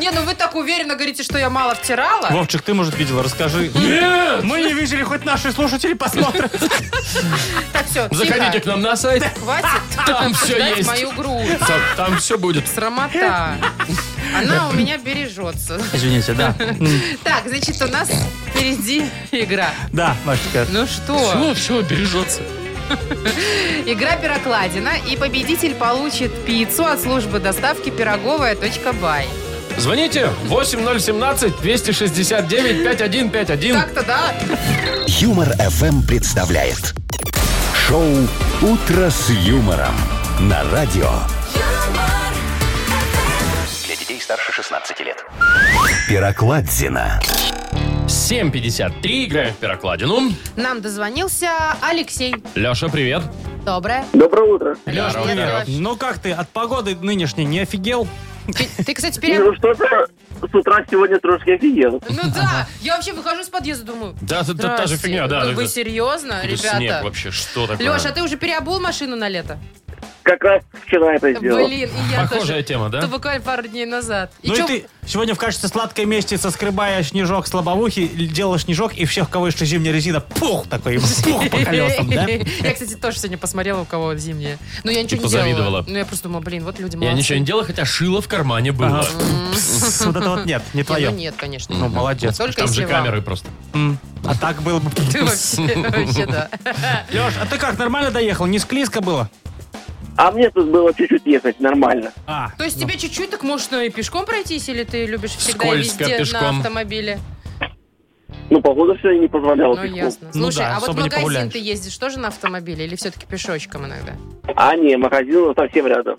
Speaker 4: Не, ну вы так уверенно говорите, что я мало втирала.
Speaker 3: Вовчик, ты, может, видела, расскажи.
Speaker 2: Нет!
Speaker 3: Мы не видели, хоть наши слушатели посмотрят.
Speaker 4: Так, все,
Speaker 2: Заходите к нам на сайт,
Speaker 4: Хватит
Speaker 2: там все
Speaker 4: ждать
Speaker 2: есть.
Speaker 4: мою грудь.
Speaker 2: Там, все будет.
Speaker 4: Срамота. Она у меня бережется.
Speaker 3: Извините, да.
Speaker 4: Так, значит, у нас впереди игра.
Speaker 3: Да, Машечка.
Speaker 4: Ну что,
Speaker 2: все бережется.
Speaker 4: игра «Пирокладина», и победитель получит пиццу от службы доставки «Пироговая.бай».
Speaker 2: Звоните 8017-269-5151.
Speaker 4: Так-то, да?
Speaker 1: Юмор FM представляет шоу Утро с юмором на радио
Speaker 5: Для детей старше 16 лет.
Speaker 1: Пирокладзина.
Speaker 2: 7.53, играем в пирокладину.
Speaker 4: Нам дозвонился Алексей.
Speaker 2: Леша, привет.
Speaker 4: Доброе.
Speaker 7: Доброе утро.
Speaker 4: Леш,
Speaker 2: Здорово,
Speaker 4: привет,
Speaker 2: здорово.
Speaker 4: Леш.
Speaker 3: Ну как ты, от погоды нынешней не офигел?
Speaker 4: Ты, ты, кстати,
Speaker 7: Не,
Speaker 4: пере...
Speaker 7: Ну что-то с утра сегодня трошки офигел.
Speaker 4: Ну да, я вообще выхожу из подъезда, думаю.
Speaker 2: Да, да, да, та же
Speaker 4: «Здрасте,
Speaker 2: фигня, да.
Speaker 4: Вы
Speaker 2: да,
Speaker 4: серьезно,
Speaker 2: да, Снег
Speaker 4: ребята?
Speaker 2: вообще, что такое?
Speaker 4: Леша, а ты уже переобул машину на лето?
Speaker 7: Как раз вчера это сделал.
Speaker 4: Блин, и я
Speaker 2: Похожая
Speaker 4: тоже.
Speaker 2: тема,
Speaker 4: Это
Speaker 2: да?
Speaker 4: буквально пару дней назад. И
Speaker 3: Ну
Speaker 4: чё-
Speaker 3: и ты сегодня в качестве сладкой мести соскребая снежок с лобовухи, делаешь снежок, и всех, у кого еще зимняя резина, пух такой, пух по колесам, да?
Speaker 4: Я, кстати, тоже сегодня посмотрела, у кого зимние. Но я ничего не
Speaker 2: позавидовала.
Speaker 4: делала. Ну, я просто думала, блин, вот люди
Speaker 2: Я
Speaker 4: молодцы.
Speaker 2: ничего не делал, хотя шило в кармане было.
Speaker 3: Ага. Пс, Вот это вот нет, не
Speaker 4: Не, ну
Speaker 3: твое.
Speaker 4: нет, конечно.
Speaker 3: Ну, молодец.
Speaker 4: Только
Speaker 2: Там
Speaker 4: если
Speaker 2: же
Speaker 4: вам.
Speaker 2: камеры просто.
Speaker 3: М, А так было бы...
Speaker 4: Ты вообще, вообще, да.
Speaker 3: Леш, а ты как, нормально доехал? Не склизко было?
Speaker 7: А мне тут было чуть-чуть ехать нормально.
Speaker 3: А,
Speaker 4: То есть тебе чуть-чуть так можно и пешком пройтись, или ты любишь всегда и
Speaker 2: Скользко
Speaker 4: везде
Speaker 2: пешком.
Speaker 4: на автомобиле?
Speaker 7: Ну, погода все не позволяла
Speaker 4: Ну,
Speaker 7: пешком.
Speaker 4: ясно.
Speaker 3: Ну
Speaker 4: Слушай,
Speaker 3: да,
Speaker 4: а вот в
Speaker 3: особо не
Speaker 4: магазин
Speaker 3: погуляешь.
Speaker 4: ты ездишь тоже на автомобиле или все-таки пешочком иногда?
Speaker 7: А не, магазин у нас совсем рядом.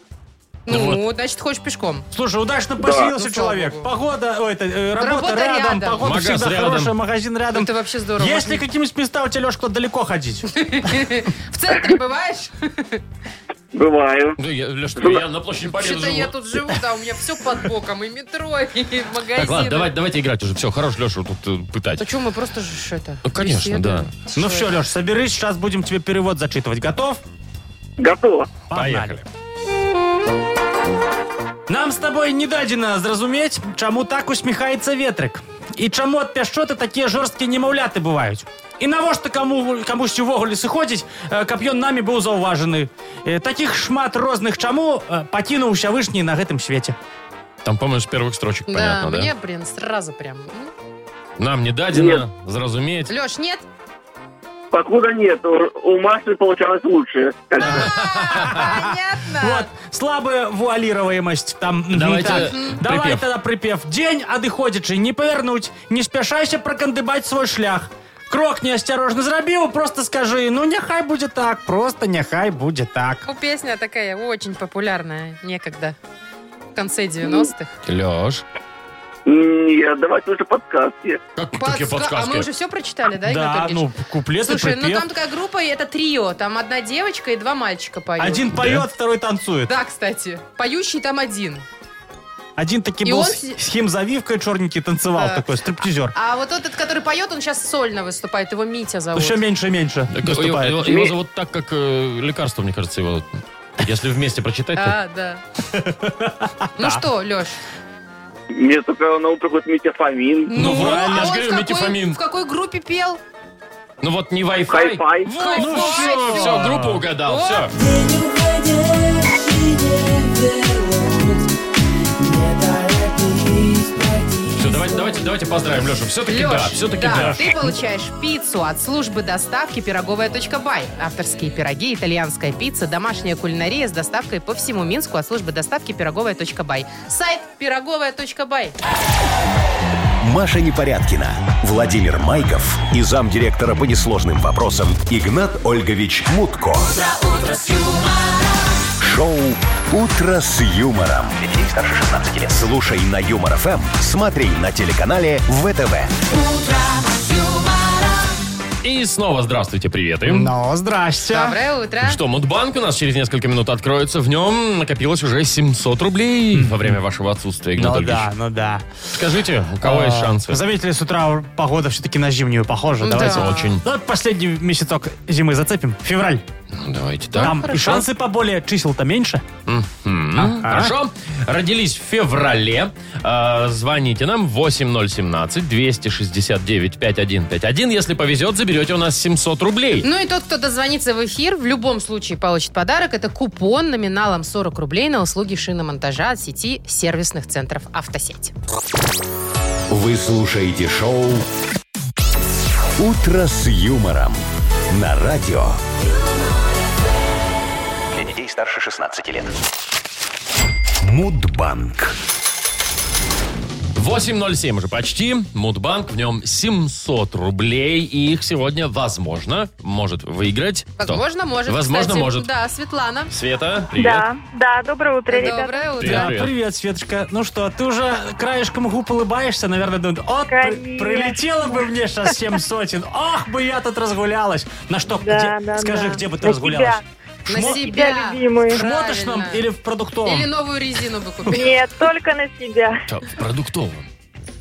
Speaker 4: Ну, значит, хочешь пешком.
Speaker 3: Слушай, удачно поселился
Speaker 4: Ну, слава
Speaker 3: человек.
Speaker 4: богу.
Speaker 3: Погода, ой, это, э, работа,
Speaker 4: Работа
Speaker 3: рядом,
Speaker 4: рядом.
Speaker 3: погода
Speaker 2: Магаз
Speaker 3: всегда
Speaker 2: рядом.
Speaker 3: хорошая, магазин рядом.
Speaker 2: Ну,
Speaker 4: Это вообще здорово.
Speaker 3: Есть ли
Speaker 4: Можно-
Speaker 3: какие-нибудь места у тебя, Лешка, далеко ходить?
Speaker 4: В центре бываешь?
Speaker 7: Бываю.
Speaker 2: Ну, я, Леш, я на площади Победы
Speaker 4: Что-то я
Speaker 2: живу.
Speaker 4: тут живу, да, у меня все под боком, и метро, и магазины.
Speaker 2: Так, ладно, давай, давайте играть уже. Все, хорош Лешу тут э, пытать.
Speaker 4: А что, мы просто же ж это...
Speaker 2: Ну, конечно,
Speaker 4: беседуем.
Speaker 2: да.
Speaker 4: С
Speaker 3: Ну все,
Speaker 4: человеком.
Speaker 3: Леш, соберись, сейчас будем тебе перевод зачитывать. Готов?
Speaker 7: Готово.
Speaker 3: Погнали.
Speaker 2: Поехали.
Speaker 3: Нам с тобой не дадено зразумець, чаму так усміхаецца ветрык. І чаму ад пяшчоты такія жорсткія немаўляты бываюць. І навошта каму камусьці ўвогуле сыходзіць, э, каб ён намі быў заўважаны. Э, Такіх шмат розных чаму э, пакінуў усявышні на гэтым свеце.
Speaker 2: Там, по-моему, с первых строчек
Speaker 4: Да,
Speaker 2: понятно, да?
Speaker 4: мне, блин, сразу прям... м.
Speaker 2: Нам не дадено, зразуметь.
Speaker 4: Леш, нет?
Speaker 7: Покуда нет, у, у Маши получалось лучше.
Speaker 3: Вот,
Speaker 4: Понятно.
Speaker 3: слабая вуаліраваемасць там. мгм,
Speaker 2: Давайте
Speaker 3: так.
Speaker 2: припев.
Speaker 3: Давай тогда припев. День адыходзячы, не повернуть, не спяшайся прокандыбать свой шлях. Крок неосторожно зрабіў, просто скажи, ну нехай будет так, просто нехай будет так.
Speaker 4: Ну, песня такая очень популярная некогда. В конце 90-х.
Speaker 2: Леш.
Speaker 7: Нет, давайте лучше подсказки.
Speaker 2: Как Ну, такие
Speaker 4: Подска- А мы
Speaker 2: подсказки?
Speaker 4: уже все прочитали, да, Игнат
Speaker 3: Да,
Speaker 4: Ольгович?
Speaker 3: ну, куплеты,
Speaker 4: Слушай, ну
Speaker 3: припев.
Speaker 4: там такая группа, и это трио. Там одна девочка и два мальчика поют.
Speaker 3: Один поет, второй танцует.
Speaker 4: Да, кстати. Поющий там один.
Speaker 3: Один таки
Speaker 4: И
Speaker 3: был
Speaker 4: он
Speaker 3: с,
Speaker 4: си-
Speaker 3: с химзавивкой черненький танцевал
Speaker 4: Да.
Speaker 3: такой, стриптизер.
Speaker 4: А вот этот, который поет, он сейчас сольно выступает. Его Митя зовут.
Speaker 3: Еще меньше-меньше
Speaker 2: Так, его,
Speaker 3: выступает.
Speaker 2: его- его зовут так, как э, лекарство, мне кажется, его Если вместе прочитать, то...
Speaker 4: А, да. Ну что, Леш?
Speaker 7: Мне только на ум приходит Митя Фомин.
Speaker 2: Ну, правильно, я
Speaker 4: а
Speaker 2: же
Speaker 4: он
Speaker 2: говорю,
Speaker 4: в
Speaker 2: Митя
Speaker 4: какой-
Speaker 2: Фомин.
Speaker 4: В какой группе пел?
Speaker 2: Ну вот не Wi-Fi.
Speaker 7: Хай-фай.
Speaker 2: Вот, ну
Speaker 4: Hi-Fi,
Speaker 2: все,
Speaker 4: всё.
Speaker 2: все, группу угадал,
Speaker 4: Вот.
Speaker 2: все.
Speaker 8: День уходящий, не торопись пройти.
Speaker 2: Все, давайте, давайте, давайте поздравим Лешу. Все-таки
Speaker 4: Леш,
Speaker 2: да, все-таки да.
Speaker 4: ты получаешь пиццу от службы доставки пироговая.бай. Авторские пироги, итальянская пицца, домашняя кулинария с доставкой по всему Минску от службы доставки пироговая.бай. Сайт пироговая.бай.
Speaker 2: А.
Speaker 1: Маша Непорядкина, Владимир Майков и замдиректора по несложным вопросам Игнат Ольгович Мутко. Шоу Утро с юмором.
Speaker 5: Для детей старше 16 лет.
Speaker 1: Слушай на Юмор ФМ, смотри на телеканале ВТВ.
Speaker 2: И снова здравствуйте, приветы.
Speaker 3: Ну, здрасте.
Speaker 4: Доброе утро.
Speaker 2: Ну Что, Мудбанк у нас через несколько минут откроется. В нем накопилось уже 700 рублей во время вашего отсутствия, Игнат
Speaker 3: Ну
Speaker 2: Ольгович.
Speaker 3: да, ну да.
Speaker 2: Скажите, у кого есть
Speaker 3: А,
Speaker 2: шансы?
Speaker 3: Заметили, с утра погода все-таки на зимнюю похожа.
Speaker 4: Да.
Speaker 3: Давайте
Speaker 2: Очень.
Speaker 3: Ну, вот последний месяцок зимы зацепим. Февраль.
Speaker 2: Ну, давайте так.
Speaker 3: Там и
Speaker 4: хорошо.
Speaker 3: шансы поболее, чисел-то меньше.
Speaker 2: М, Ну, Хорошо. Родились в феврале. Э, Звоните нам 8017-269-5151. Если повезет, заберете у нас 700 рублей.
Speaker 4: Ну и тот, кто дозвонится в эфир, в любом случае получит подарок. Это купон номиналом 40 рублей на услуги шиномонтажа от сети сервисных центров «Автосеть».
Speaker 1: Вы слушаете шоу Утро с юмором на радио.
Speaker 5: Для детей старше 16 лет.
Speaker 1: Мудбанк.
Speaker 2: 8.07 уже почти. Мудбанк, в нем 700 рублей. И их сегодня, возможно, может выиграть. кто?
Speaker 4: Возможно, может.
Speaker 2: Возможно,
Speaker 4: кстати.
Speaker 2: может.
Speaker 4: Да, Светлана.
Speaker 2: Света, привет.
Speaker 9: Да, да, доброе утро, ребята.
Speaker 4: Доброе утро.
Speaker 2: Привет,
Speaker 3: Да,
Speaker 2: привет.
Speaker 3: привет, Светочка. Ну что, ты уже краешком губ улыбаешься, наверное, думают, от,
Speaker 9: Конечно.
Speaker 3: прилетело бы мне сейчас семь сотен. Ох, бы я тут разгулялась. На что,
Speaker 9: Да,
Speaker 3: где-
Speaker 9: да,
Speaker 3: скажи,
Speaker 9: да.
Speaker 3: где бы ты
Speaker 9: На
Speaker 3: разгулялась?
Speaker 4: На
Speaker 3: Шмо-
Speaker 4: себя.
Speaker 9: Тебя, любимый.
Speaker 3: В шмоточном
Speaker 4: Правильно.
Speaker 3: или в продуктовом?
Speaker 4: Или новую резину бы купил.
Speaker 9: Нет, только на себя.
Speaker 2: Что, в продуктовом.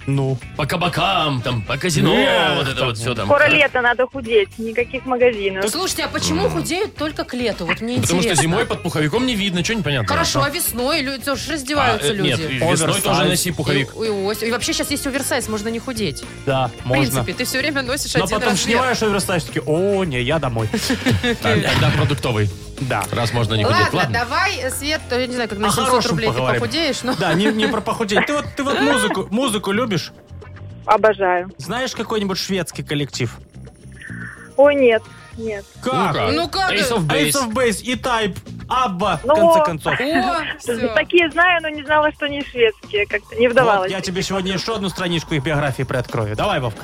Speaker 3: Ну,
Speaker 2: По кабакам, там, по казино,
Speaker 3: Нет,
Speaker 2: вот это
Speaker 3: там.
Speaker 2: вот все там.
Speaker 9: Скоро лето, надо худеть, никаких магазинов.
Speaker 4: Слушайте, а почему худеют только к лету? Вот мне
Speaker 2: Потому что
Speaker 4: интересно.
Speaker 2: зимой под пуховиком не видно, что непонятно.
Speaker 4: Хорошо, а весной люди тоже
Speaker 2: А,
Speaker 4: раздеваются
Speaker 2: э, Нет,
Speaker 4: люди.
Speaker 2: весной
Speaker 3: Оверсайз.
Speaker 2: тоже носи пуховик.
Speaker 4: И, и осень. И вообще сейчас есть оверсайз, можно не худеть.
Speaker 3: да,
Speaker 4: В
Speaker 3: можно.
Speaker 4: принципе, ты все время носишь
Speaker 3: Но
Speaker 4: один
Speaker 3: потом
Speaker 4: размер.
Speaker 3: снимаешь оверсайз, такие, о, не, я домой.
Speaker 2: Так, Тогда продуктовый.
Speaker 3: Да.
Speaker 2: Раз можно не худеть.
Speaker 4: Ладно,
Speaker 2: Ладно.
Speaker 4: давай, э, Свет, то я не знаю, как на
Speaker 3: О
Speaker 4: 700
Speaker 3: хорошем
Speaker 4: рублей
Speaker 3: поговорим.
Speaker 4: ты похудеешь, но...
Speaker 3: Да, не, не про похудение. Ты вот, ты вот музыку, музыку любишь?
Speaker 9: Обожаю.
Speaker 3: Знаешь какой-нибудь шведский коллектив?
Speaker 9: Ой, нет, нет.
Speaker 2: Ну
Speaker 3: Ну Как?
Speaker 4: Ну-ка.
Speaker 2: Ace of
Speaker 3: Ace
Speaker 2: Base.
Speaker 3: of Base и Type, Абба, в
Speaker 9: Ну,
Speaker 3: конце концов.
Speaker 4: О, все.
Speaker 9: Такие знаю, но не знала, что они шведские. Как-то не
Speaker 3: Вот,
Speaker 9: вдавалась.
Speaker 3: я тебе сегодня еще одну страничку их биографии приоткрою. Давай, Вовка.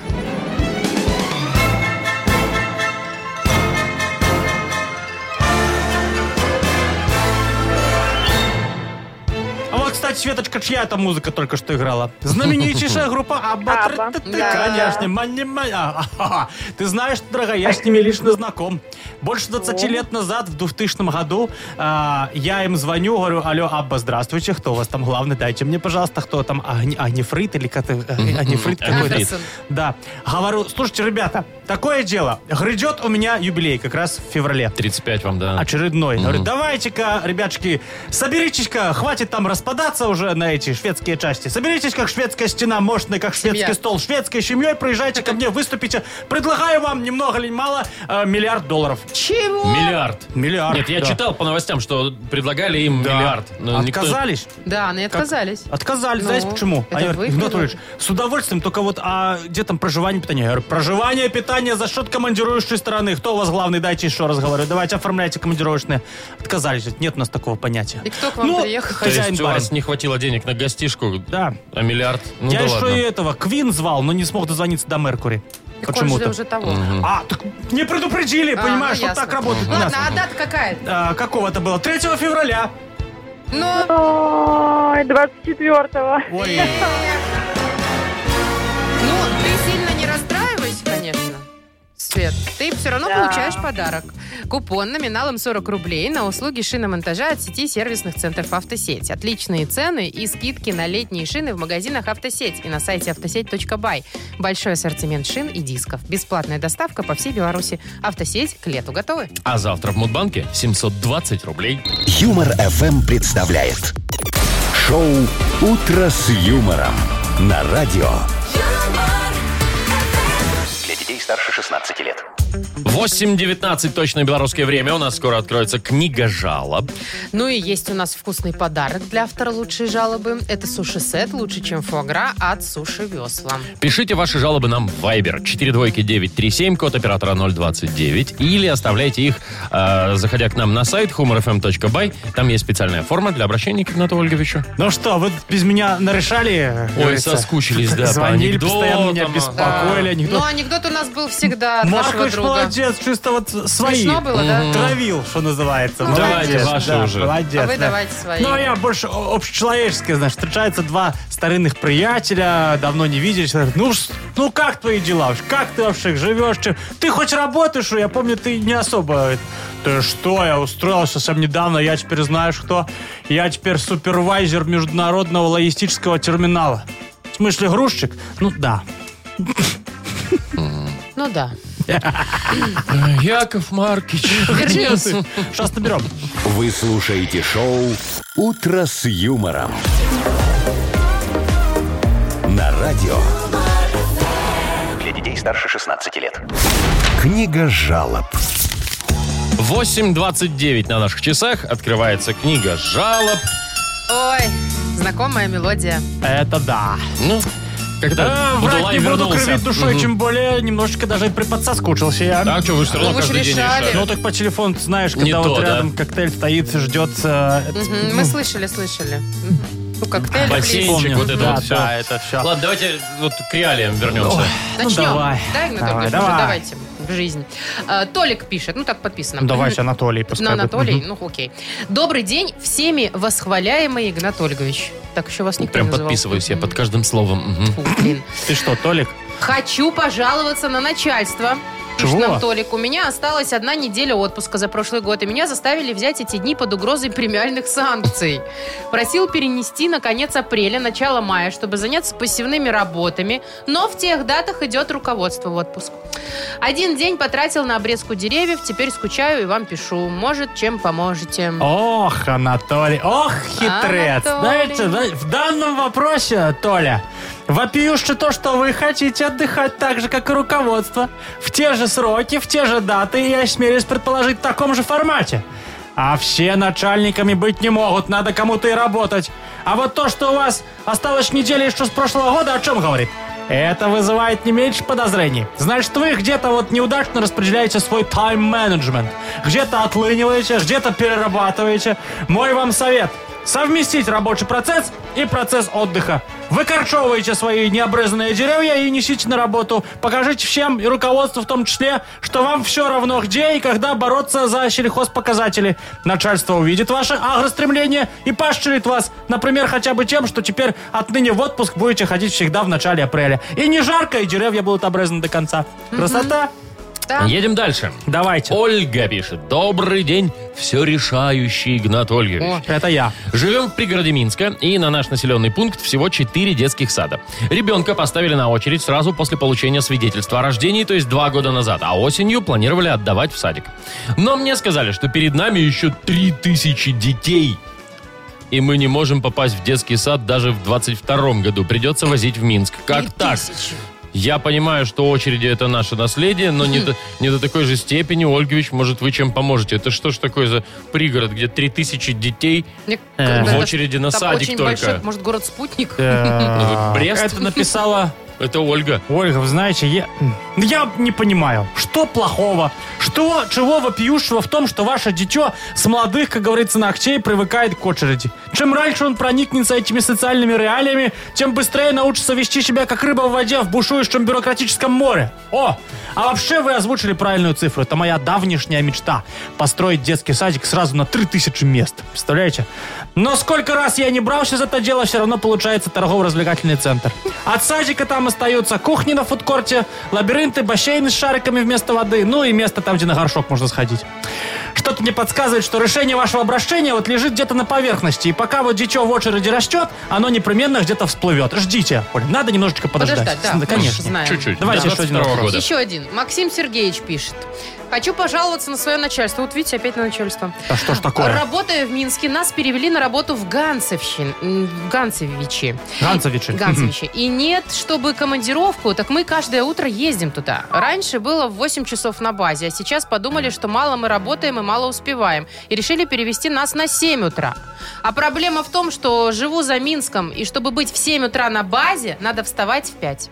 Speaker 3: А вот, кстати, Светочка, чья эта музыка только что играла? Знаменитейшая группа Абба.
Speaker 9: Абба.
Speaker 3: Ты,
Speaker 4: Да.
Speaker 3: Конечно, мани- ма- а, а, а. Ты знаешь, дорогая, я с ними лично знаком. Больше 20 лет назад, в 2000 году, а, я им звоню, говорю, алло, Абба, здравствуйте, кто у вас там главный? Дайте мне, пожалуйста, кто там, Агни- Агнифрит или как это, Агни- Агнифрит какой-то?
Speaker 4: Андерсон.
Speaker 3: Да. Говорю, слушайте, ребята, такое дело, грядет у меня юбилей как раз в феврале.
Speaker 2: 35 вам,
Speaker 3: А
Speaker 2: да.
Speaker 3: Очередной. Говорю, давайте-ка, ребятушки, соберитесь-ка, хватит там распадаться уже на эти шведские части. Соберитесь, как шведская стена мощная, как шведский
Speaker 4: Семья.
Speaker 3: стол, шведской семьей, приезжайте ко мне, выступите. Предлагаю вам ни много ни мало э, миллиард долларов.
Speaker 4: Чего?
Speaker 2: Миллиард.
Speaker 3: Миллиард.
Speaker 2: Нет, я
Speaker 3: да.
Speaker 2: читал по новостям, что предлагали им
Speaker 3: Да.
Speaker 2: миллиард. но никто-
Speaker 3: Отказались?
Speaker 4: Да, они отказались.
Speaker 3: Отказались.
Speaker 4: Ну,
Speaker 3: Знаете почему?
Speaker 4: это
Speaker 3: А я говорю,
Speaker 4: вы
Speaker 3: «Игнат
Speaker 4: придумали».
Speaker 3: Ольгович, с удовольствием, только вот, а где там проживание, питание? Я говорю, проживание, питание за счет командирующей стороны. Кто у вас главный? Дайте еще раз говорю. Давайте оформляйте командировочные. Отказались. Говорят, Нет у нас такого понятия.
Speaker 4: И кто к вам
Speaker 3: Ну,
Speaker 4: приехал?
Speaker 2: То есть
Speaker 3: Хозяин
Speaker 2: у вас
Speaker 3: барин.
Speaker 2: не хватило денег на гостишку,
Speaker 3: Да.
Speaker 2: а миллиард? Ну
Speaker 3: я
Speaker 2: да
Speaker 3: еще
Speaker 2: ладно.
Speaker 3: и этого Квин звал, но не смог дозвониться до Меркури.
Speaker 4: Так он же
Speaker 3: Почему-то.
Speaker 4: уже того.
Speaker 3: А, так не предупредили,
Speaker 4: А,
Speaker 3: понимаешь,
Speaker 4: ну,
Speaker 3: вот
Speaker 4: ясно.
Speaker 3: так работает у нас.
Speaker 4: Ладно, а дата какая?
Speaker 3: А, какого это было? 3 февраля.
Speaker 4: Ну,
Speaker 9: Ой, 24-го.
Speaker 3: Ой.
Speaker 4: ну, ты сильно не расстраивайся, конечно. Свет, ты все равно
Speaker 9: Да.
Speaker 4: получаешь подарок. Купон номиналом 40 рублей на услуги шиномонтажа от сети сервисных центров «Автосеть». Отличные цены и скидки на летние шины в магазинах «Автосеть» и на сайте автосеть.бай. Большой ассортимент шин и дисков. Бесплатная доставка по всей Беларуси. «Автосеть» к лету готовы.
Speaker 2: А завтра в Мудбанке 720 рублей.
Speaker 1: Юмор FM представляет шоу Утро с юмором на радио.
Speaker 8: юмор,
Speaker 5: Для детей старше 16 лет.
Speaker 2: 8.19 точное белорусское время. У нас скоро откроется книга жалоб.
Speaker 4: Ну и есть у нас вкусный подарок для автора лучшей жалобы. Это суши-сет лучше, чем фуагра от суши весла.
Speaker 2: Пишите ваши жалобы нам в Viber 42937, код оператора 029, или оставляйте их, э, заходя к нам на сайт humorfm.by. Там есть специальная форма для обращения к Игнату Ольговичу.
Speaker 3: Ну что, вы без меня нарешали?
Speaker 2: Ой, соскучились, да, по
Speaker 3: Звонили,
Speaker 2: анекдотам,
Speaker 3: постоянно меня
Speaker 2: а.
Speaker 3: беспокоили
Speaker 4: Ну,
Speaker 3: анекдот.
Speaker 4: анекдот у нас был всегда от нашего
Speaker 3: Маркович
Speaker 4: друга.
Speaker 3: молодец, чисто вот свои.
Speaker 4: Смешно было, да?
Speaker 3: Травил, что называется.
Speaker 4: Ну,
Speaker 3: Молодец,
Speaker 2: давайте ваши
Speaker 3: да,
Speaker 2: уже.
Speaker 3: Молодец.
Speaker 4: А вы
Speaker 3: да.
Speaker 4: давайте свои.
Speaker 3: Ну, а я больше о- общечеловеческое, знаешь, встречаются два старинных приятеля, давно не виделись. Говорят, ну, ш- ну как твои дела? вообще? Как ты вообще живешь? Чем- Ты хоть работаешь? что ли? Я помню, ты не особо. Говорит, Ты что, я устроился совсем недавно, я теперь знаешь кто? Я теперь супервайзер международного логистического терминала. В смысле, грузчик? Ну да.
Speaker 4: Ну да.
Speaker 2: Яков Маркич.
Speaker 4: Вернись.
Speaker 3: Сейчас наберем.
Speaker 1: Вы слушаете шоу Утро с юмором на радио.
Speaker 5: Для детей старше 16 лет.
Speaker 1: Книга жалоб.
Speaker 2: 8.29 на наших часах открывается книга жалоб.
Speaker 4: Ой, знакомая мелодия.
Speaker 3: Это да.
Speaker 2: Ну, когда
Speaker 3: Да, Э, врать
Speaker 2: Будулай
Speaker 3: не буду
Speaker 2: вернулся.
Speaker 3: кривить душой,
Speaker 2: Мгм.
Speaker 3: тем более немножечко даже приподсоскучился я.
Speaker 2: Да, что, вы все равно
Speaker 4: Ну, вы ж
Speaker 2: каждый день
Speaker 4: решали.
Speaker 2: решали.
Speaker 3: Ну так по телефону, ты знаешь, когда
Speaker 2: Не
Speaker 3: вот
Speaker 2: то, да.
Speaker 3: рядом коктейль стоит, ждет... э, это-
Speaker 4: Мгм, Мы слышали, слышали. Мгм. Ну, коктейль,
Speaker 2: Бассейнчик,
Speaker 4: плесень.
Speaker 3: Помню.
Speaker 2: вот это
Speaker 3: Да,
Speaker 2: вот все.
Speaker 3: да, это всё.
Speaker 2: Ладно, давайте вот к реалиям вернемся.
Speaker 3: Ну,
Speaker 4: Начнем.
Speaker 3: давай.
Speaker 4: Да, Игнат
Speaker 3: Давай,
Speaker 4: Ольгович, уже
Speaker 3: давай.
Speaker 4: давайте в жизнь. А, Толик пишет, ну так подписано.
Speaker 3: Ну, Давайте Анатолий
Speaker 4: Ну,
Speaker 3: пускай. будет.
Speaker 4: Анатолий,
Speaker 3: Мгм.
Speaker 4: ну окей. Добрый день, всеми восхваляемый Игнат Ольгович. Так еще вас никто
Speaker 2: Прям
Speaker 4: не называл.
Speaker 2: подписываюсь я под каждым словом. Мгм.
Speaker 4: Фу, блин.
Speaker 3: Ты что, Толик?
Speaker 4: Хочу пожаловаться на начальство. Пишет
Speaker 3: Чего?
Speaker 4: нам Толик, у меня осталась одна неделя отпуска за прошлый год, и меня заставили взять эти дни под угрозой премиальных санкций. Просил перенести на конец апреля, начало мая, чтобы заняться пассивными работами, но в тех датах идет руководство в отпуск. Один день потратил на обрезку деревьев, теперь скучаю и вам пишу. Может, чем поможете.
Speaker 3: Ох, Анатолий, ох, хитрец.
Speaker 4: Анатолий.
Speaker 3: Знаете, да, в данном вопросе, Толя, вопиюще то, что вы хотите отдыхать так же, как и руководство, в те же сроки, в те же даты, и я смелюсь предположить, в таком же формате. А все начальниками быть не могут, надо кому-то и работать. А вот то, что у вас осталось неделя еще с прошлого года, о чем говорит? Это вызывает не меньше подозрений. Значит, вы где-то вот неудачно распределяете свой тайм-менеджмент. Где-то отлыниваете, где-то перерабатываете. Мой вам совет. Совместить рабочий процесс и процесс отдыха. Выкорчевывайте свои необрезанные деревья и несите на работу. Покажите всем и руководству в том числе, что вам все равно где и когда бороться за сельхозпоказатели. Начальство увидит ваше агростремление и поощрит вас. Например, хотя бы тем, что теперь отныне в отпуск будете ходить всегда в начале апреля. И не жарко, и деревья будут обрезаны до конца. Красота?
Speaker 4: Да.
Speaker 2: Едем дальше.
Speaker 3: Давайте.
Speaker 2: Ольга пишет. Добрый день, все решающий Игнат Ольгович.
Speaker 4: О.
Speaker 3: Это я.
Speaker 2: Живем в пригороде Минска, и на наш населенный пункт всего 4 детских сада. Ребенка поставили на очередь сразу после получения свидетельства о рождении, то есть два года назад, а осенью планировали отдавать в садик. Но мне сказали, что перед нами еще 3000 детей. И мы не можем попасть в детский сад даже в 22 году. Придется возить в Минск. Как
Speaker 4: Три
Speaker 2: так?
Speaker 4: тысячи.
Speaker 2: Я понимаю, что очереди это наше наследие, но не, до, не до такой же степени. Ольгович, может, вы чем поможете? Это что ж такое за пригород, где 3000 детей
Speaker 4: Мне
Speaker 3: Э,
Speaker 4: кажется,
Speaker 2: в очереди на
Speaker 4: там
Speaker 2: садик
Speaker 4: очень
Speaker 2: только.
Speaker 4: большой, может, город-спутник?
Speaker 3: А.
Speaker 2: Ну, Брест?
Speaker 3: Э, Это написала
Speaker 2: Это Ольга.
Speaker 3: Ольга, вы знаете, я, я не понимаю, что плохого, что, чего вопиющего в том, что ваше дитё с молодых, как говорится, ногтей привыкает к очереди. Чем раньше он проникнется этими социальными реалиями, тем быстрее научится вести себя, как рыба в воде в бушующем бюрократическом море. О, а вообще вы озвучили правильную цифру. Это моя давнишняя мечта. Построить детский садик сразу на 3000 мест. Представляете? Но сколько раз я не брался за это дело, все равно получается торгово-развлекательный центр. От садика там и остаются кухни на фудкорте, лабиринты, бассейны с шариками вместо воды, ну и место там, где на горшок можно сходить. Что-то мне подсказывает, что решение вашего обращения вот лежит где-то на поверхности, и пока вот дичо в очереди растет, оно непременно где-то всплывет. Ждите, Оль, надо немножечко подождать.
Speaker 4: Подождать, да.
Speaker 3: Надо, Конечно.
Speaker 4: Знаем.
Speaker 2: Чуть-чуть.
Speaker 3: Давайте еще один
Speaker 2: 22-го года.
Speaker 4: Еще один. Максим Сергеевич пишет. Хочу пожаловаться на свое начальство. Вот видите, опять на начальство.
Speaker 3: Да что ж такое?
Speaker 4: Работая в Минске, нас перевели на работу в Ганцевщин, м, в Ганцевичи.
Speaker 3: Ганцевичи.
Speaker 4: Ганцевичи. И нет, чтобы командировку, так мы каждое утро ездим туда. Раньше было в 8 часов на базе, а сейчас подумали, что мало мы работаем и мало успеваем. И решили перевести нас на 7 утра. А проблема в том, что живу за Минском, и чтобы быть в 7 утра на базе, надо вставать в 5.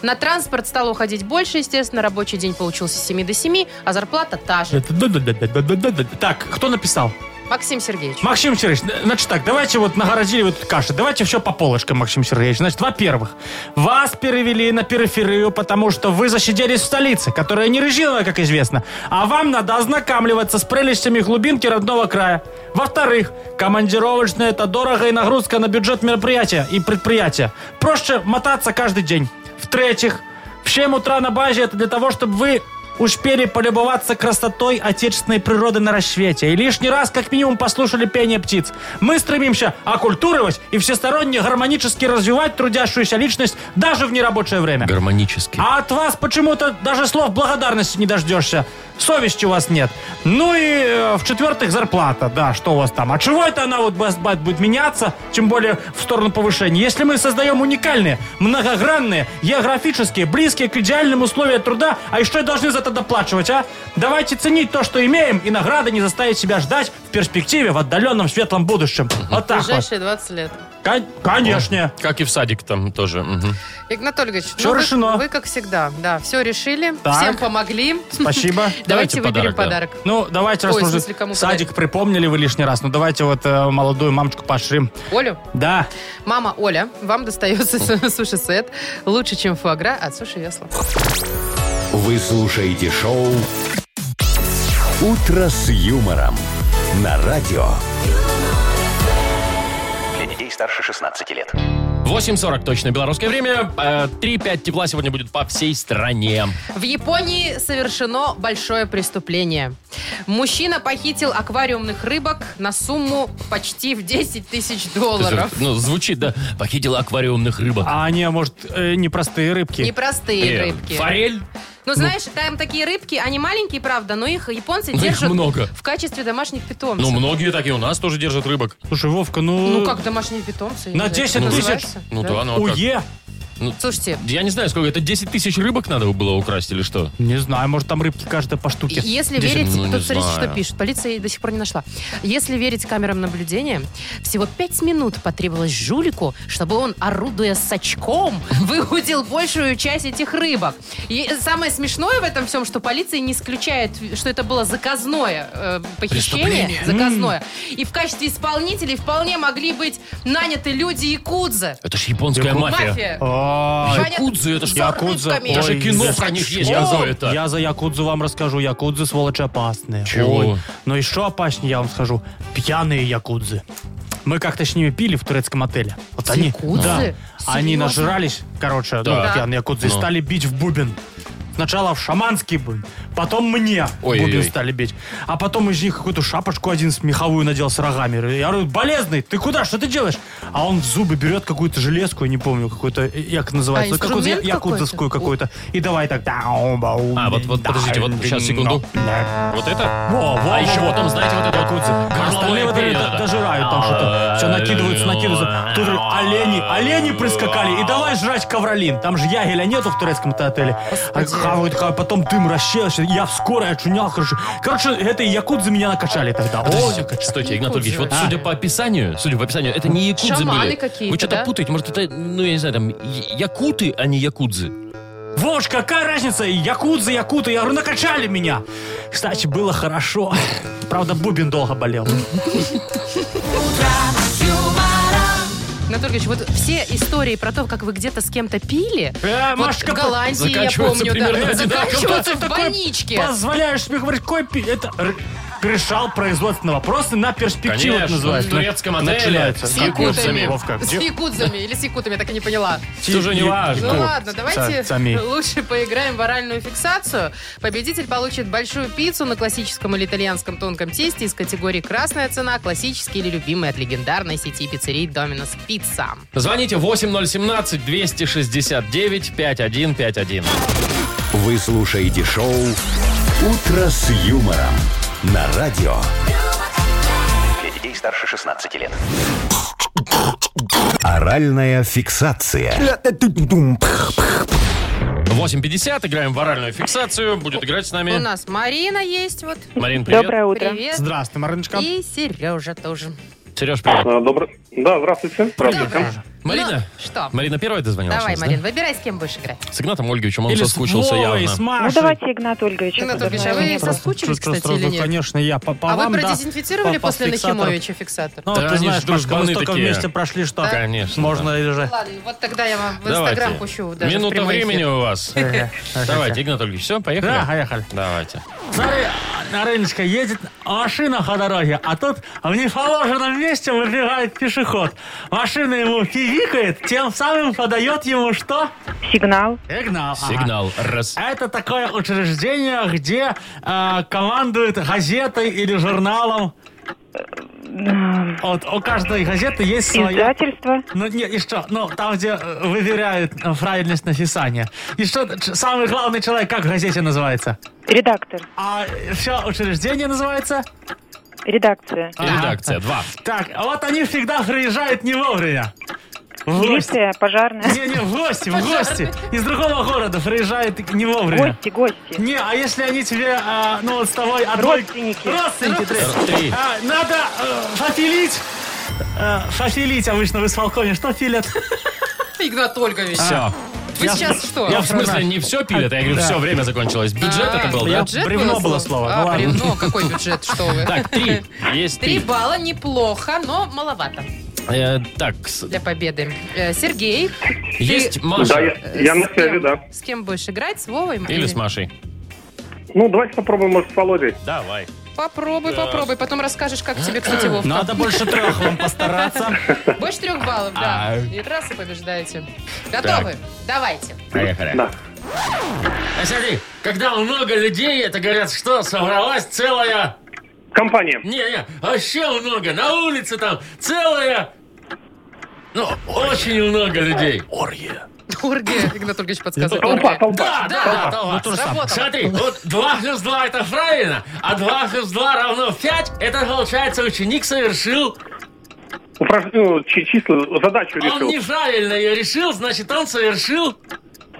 Speaker 4: На транспорт стало уходить больше, естественно, рабочий день получился с 7 до 7, а зарплата та
Speaker 3: Э,
Speaker 4: же.
Speaker 3: Мгм. Так, кто написал?
Speaker 4: Максим Сергеевич.
Speaker 3: Максим Сергеевич, значит так, давайте вот нагородили вот каши. Давайте все по полочкам, Максим Сергеевич. Значит, во-первых, вас перевели на периферию, потому что вы засиделись в столице, которая не режимовая, как известно, а вам надо ознакомливаться с прелестями глубинки родного края. Во-вторых, командировочные это дорого и нагрузка на бюджет мероприятия и предприятия. Проще мотаться каждый день. В-третьих, в 7 утра на базе это для того, чтобы вы успели полюбоваться красотой отечественной природы на рассвете и лишний раз как минимум послушали пение птиц. Мы стремимся оккультуривать и всесторонне гармонически развивать трудящуюся личность даже в нерабочее время.
Speaker 2: Гармонически.
Speaker 3: А от вас почему-то даже слов благодарности не дождешься. Совести у вас нет. Ну и э, в-четвертых, зарплата. Да, что у вас там? А чего это она вот бас- бат будет меняться, тем более в сторону повышения? Если мы создаем уникальные, многогранные, географические, близкие к идеальным условия труда, а еще и должны за это доплачивать, а? Давайте ценить то, что имеем, и награда не заставит себя ждать в перспективе, в отдаленном светлом будущем. Вот так вот.
Speaker 4: Ближайшие 20 лет.
Speaker 3: Кон- Конечно.
Speaker 2: Как и в садик там тоже. мгм.
Speaker 4: Игнатольевич,
Speaker 3: Всё
Speaker 4: ну вы-
Speaker 3: решено.
Speaker 4: Вы, как всегда, да, все решили,
Speaker 3: Так.
Speaker 4: всем помогли.
Speaker 3: Спасибо.
Speaker 4: Давайте,
Speaker 2: Давайте
Speaker 4: выберем
Speaker 2: подарок,
Speaker 4: подарок.
Speaker 3: Ну, давайте, раз
Speaker 4: Ой, в
Speaker 3: уже
Speaker 4: смысле, кому
Speaker 3: садик припомнили вы лишний раз, ну давайте вот э, молодую мамочку поощрим.
Speaker 4: Олю,
Speaker 3: Да.
Speaker 4: мама Оля, вам достается с- суши-сет лучше, чем фуагра от суши весла.
Speaker 1: Вы слушаете шоу «Утро с юмором» на радио.
Speaker 5: Для детей старше 16 лет.
Speaker 2: 8.40 точно белорусское время. Э, 3-5 тепла сегодня будет по всей стране.
Speaker 4: В Японии совершено большое преступление. Мужчина похитил аквариумных рыбок на сумму почти в 10 тысяч долларов.
Speaker 2: Ну, звучит, да. Похитила аквариумных рыбок.
Speaker 3: А они, может, э, непростые рыбки?
Speaker 4: Непростые
Speaker 2: Э,
Speaker 4: рыбки.
Speaker 2: Форель?
Speaker 4: Ну, знаешь, там такие рыбки, они маленькие, правда, но их японцы
Speaker 2: Но их
Speaker 4: держат
Speaker 2: много.
Speaker 4: в качестве домашних питомцев.
Speaker 2: Ну, многие так и у нас тоже держат рыбок.
Speaker 3: Слушай, Вовка, ну...
Speaker 4: Ну, как домашние питомцы? я
Speaker 3: на
Speaker 4: не знаю,
Speaker 3: 10
Speaker 4: как
Speaker 3: тысяч?
Speaker 4: называется,
Speaker 2: Ну,
Speaker 4: да?
Speaker 2: то оно как.
Speaker 3: Уе?
Speaker 4: Слушайте,
Speaker 2: Я не знаю, сколько. Это 10 тысяч рыбок надо было украсть или что?
Speaker 3: Не знаю, может, там рыбки каждая по штуке.
Speaker 4: если
Speaker 2: Десять,
Speaker 4: верить,
Speaker 2: ну, не
Speaker 4: тут смотрите,
Speaker 2: знаю.
Speaker 4: что пишет. Полиция до сих пор не нашла. Если верить камерам наблюдения, всего пять минут потребовалось жулику, чтобы он, орудуя сачком, выудил большую часть этих рыбок. И самое смешное в этом всем, что полиция не исключает, что это было заказное э, похищение.
Speaker 2: Преступление.
Speaker 4: Заказное. И в качестве исполнителей вполне могли быть наняты люди якудзы.
Speaker 2: Это ж японская мафия.
Speaker 4: Мафия.
Speaker 3: А,
Speaker 4: Понятно.
Speaker 2: Якудзы, это ж
Speaker 4: С
Speaker 3: Якудза.
Speaker 4: рыбками.
Speaker 2: Даже
Speaker 3: Ой,
Speaker 2: кино
Speaker 3: за
Speaker 2: про них есть
Speaker 3: что?
Speaker 2: какое-то.
Speaker 3: Я за якудзу вам расскажу. Якудзы, сволочи, опасные.
Speaker 2: Чего?
Speaker 3: Ой. Но еще опаснее я вам скажу. Пьяные якудзы. Мы как-то с ними пили в турецком отеле. Вот они.
Speaker 4: Якудзы?
Speaker 3: Да.
Speaker 4: Серьезно?
Speaker 3: Они нажрались, короче, ну,
Speaker 2: Да.
Speaker 3: пьяные якудзы, и
Speaker 2: Ну.
Speaker 3: стали бить в бубен. Сначала в шаманский бубен, потом мне в
Speaker 2: Ой-ой-ой.
Speaker 3: бубен стали бить. А потом из них какую-то шапочку один с меховую надел с рогами. Я говорю, болезный, ты куда, что ты делаешь? А он в зубы берет какую-то железку, я не помню, какую-то, э, как называется,
Speaker 4: А,
Speaker 3: какую-то я-
Speaker 4: инструмент
Speaker 3: якудзовскую какую-то. И давай так. А,
Speaker 2: А, вот, вот, подождите, вот сейчас, секунду. Вот это?
Speaker 3: Во, во,
Speaker 2: А еще
Speaker 3: во, во.
Speaker 2: потом, знаете, вот это
Speaker 3: Якудзы. А остальные вот они до- дожирают там что-то. Все накидываются, накидываются. Тут же олени, олени прискакали. И давай жрать ковролин. Там же ягеля нету в турецком то отеле. А хавают, хавают, потом дым расщелся. Я вскоре очунял, короче. Короче, это якудзы меня накачали тогда. О,
Speaker 2: Подождите,
Speaker 3: накачали.
Speaker 2: Стойте, Игнат Ольгович, вот
Speaker 3: А.
Speaker 2: судя по описанию, судя по описанию, это не якудзы
Speaker 4: Шаманы
Speaker 2: были.
Speaker 4: какие-то,
Speaker 2: Вы что-то
Speaker 4: да?
Speaker 2: путаете, может, это, ну, я не знаю, там, я- якуты, а не якудзы.
Speaker 3: Вож, какая разница? Якудзы, якуты. Я говорю, накачали меня. Кстати, было хорошо. Правда, бубен долго болел.
Speaker 4: Анатолий Ильич, вот все истории про то, как вы где-то с кем-то пили,
Speaker 3: Э,
Speaker 4: вот
Speaker 3: Машка,
Speaker 4: в Голландии, я
Speaker 2: заканчиваются
Speaker 4: помню,
Speaker 2: примерно
Speaker 4: да,
Speaker 2: одинаково.
Speaker 4: заканчиваются в
Speaker 3: Такой
Speaker 4: больничке.
Speaker 3: Позволяешь мне говорить, какой пи- Это р- решал производственные вопросы на перспективу. это
Speaker 2: Конечно,
Speaker 3: называется.
Speaker 2: в турецком отеле
Speaker 3: Начинается.
Speaker 2: с
Speaker 4: С
Speaker 2: конкурсами.
Speaker 4: якутами.
Speaker 3: Вовка,
Speaker 4: С
Speaker 3: где-
Speaker 4: якудзами или с якутами, я так и не поняла.
Speaker 2: Это уже не важно.
Speaker 4: Ну ладно, давайте
Speaker 3: Сами.
Speaker 4: лучше поиграем в оральную фиксацию. Победитель получит большую пиццу на классическом или итальянском тонком тесте из категории «Красная цена», «Классический» или «Любимый» от легендарной сети пиццерий «Доминос Пицца».
Speaker 2: Звоните 8017-269-5151.
Speaker 1: Вы слушаете шоу «Утро с юмором» на радио.
Speaker 5: Для детей старше 16 лет.
Speaker 1: Оральная фиксация.
Speaker 2: 8.50, играем в оральную фиксацию. Будет играть с
Speaker 4: У
Speaker 3: Э.
Speaker 2: нами
Speaker 4: нас Марина есть, вот.
Speaker 2: Марин, привет.
Speaker 9: Доброе утро.
Speaker 4: Привет.
Speaker 3: Здравствуй, Мариночка.
Speaker 4: И Сережа тоже.
Speaker 2: Сереж, привет.
Speaker 7: Добрый... А, Да, здравствуйте.
Speaker 4: Доброе.
Speaker 2: Марина?
Speaker 4: Ну, что?
Speaker 2: Марина первая дозвонилась?
Speaker 4: Давай,
Speaker 2: у нас, да?
Speaker 4: Марин, выбирай, с кем будешь играть.
Speaker 2: С Игнатом Ольговичем, он
Speaker 3: Или с
Speaker 2: соскучился
Speaker 3: Вовой,
Speaker 2: явно.
Speaker 3: с Машей.
Speaker 9: Ну, давайте Игнат Ольгович.
Speaker 4: Игнат Ольгович, а вы
Speaker 3: Просто
Speaker 4: соскучились, кстати,
Speaker 3: сразу,
Speaker 4: или нет?
Speaker 3: Конечно, я по, по
Speaker 4: А
Speaker 3: вам,
Speaker 4: вы
Speaker 3: да,
Speaker 4: продезинфицировали
Speaker 3: по- по
Speaker 4: после
Speaker 3: фиксатору.
Speaker 4: Нахимовича фиксатор?
Speaker 3: Ну,
Speaker 2: Да
Speaker 3: ты
Speaker 2: они
Speaker 3: знаешь,
Speaker 2: ж
Speaker 3: Машка, мы
Speaker 2: дружбаны
Speaker 3: столько
Speaker 2: такие.
Speaker 3: вместе прошли, что
Speaker 2: Конечно,
Speaker 3: можно
Speaker 2: да.
Speaker 3: и же...
Speaker 4: Ну Ладно, вот тогда я вам в
Speaker 2: Давайте.
Speaker 4: Инстаграм пущу. даже в
Speaker 2: Минута
Speaker 4: прямой эфир.
Speaker 2: времени у вас. Давайте, Игнат Ольгович, все, поехали?
Speaker 3: Э, Да, поехали.
Speaker 2: Давайте.
Speaker 3: Смотри, Нарыночка едет машина по дороге, а тут в неположенном месте выбегает пешеход. Машина ему хихикает, тем самым подает ему что?
Speaker 9: Сигнал.
Speaker 3: Сигнал. ага.
Speaker 2: Сигнал. Раз.
Speaker 3: Это такое учреждение, где э, командует газетой или журналом. Вот у каждой газеты есть своя...
Speaker 9: Эм, Издательство.
Speaker 3: Ну, не, и что? Ну, там, где э, выверяют э, правильность написания. И что, ч- самый главный человек, как в газете называется?
Speaker 9: Редактор.
Speaker 3: А все учреждение называется?
Speaker 9: Редакция.
Speaker 2: И Редакция. Два.
Speaker 3: Так, а вот они всегда приезжают не вовремя. В гости.
Speaker 9: Милиция, пожарная.
Speaker 3: Не-не, в гости, в гости. Из другого города приезжают не вовремя.
Speaker 9: Гости, гости.
Speaker 3: Не, а если они тебе, а, ну вот с тобой одной...
Speaker 9: Родственники.
Speaker 3: Родственники, да.
Speaker 2: Р- Три.
Speaker 3: А, надо э, фафелить. Э, фафелить обычно в исполкоме. Что филят?
Speaker 4: Игнат Ольгович.
Speaker 2: Все.
Speaker 3: А,
Speaker 4: Вы сейчас что?
Speaker 2: Я в смысле не все пилят, а я говорю,
Speaker 3: э, Да.
Speaker 2: все, время закончилось. Бюджет это был,
Speaker 4: А,
Speaker 2: да?
Speaker 4: бюджет
Speaker 3: Бревно было слово, ну
Speaker 4: А,
Speaker 3: ладно.
Speaker 4: бревно, какой бюджет, что вы.
Speaker 2: Так, три. Есть три.
Speaker 4: Три балла неплохо, но маловато
Speaker 2: Э, Так, с-
Speaker 4: для победы. Э, Сергей, э,
Speaker 2: есть
Speaker 7: Да,
Speaker 2: Маша
Speaker 7: я, я на
Speaker 4: с
Speaker 7: связи,
Speaker 4: кем,
Speaker 7: да.
Speaker 4: с кем будешь играть? С Вовой?
Speaker 2: или с Машей?
Speaker 7: Ну, давайте попробуем, может, с Володей.
Speaker 2: Давай.
Speaker 4: Попробуй, попробуй. Потом расскажешь, как тебе, кстати, Вовка.
Speaker 3: Надо Ну, а больше трех вам постараться.
Speaker 4: Больше трех баллов, да.
Speaker 2: А.
Speaker 4: И раз и побеждаете. Готовы? Давайте.
Speaker 2: Поехали.
Speaker 7: Да.
Speaker 2: А смотри, когда много людей, это говорят, что собралась целая...
Speaker 7: Компания.
Speaker 2: Не-не, вообще много. На улице там целая... Ну, очень много людей.
Speaker 4: Оргия, Игнат Ольгович подсказывает.
Speaker 7: Толпа,
Speaker 4: Оргия.
Speaker 7: толпа.
Speaker 2: Да, да,
Speaker 4: А, Да,
Speaker 2: да,
Speaker 4: да,
Speaker 2: толпа.
Speaker 4: Сработало.
Speaker 2: Смотри, вот 2 плюс 2 это правильно, а 2 плюс 2 равно 5, это получается ученик совершил... а
Speaker 7: Упраж- ну, чи- числа, задачу
Speaker 2: Он
Speaker 7: решил.
Speaker 2: неправильно ее решил, значит он совершил...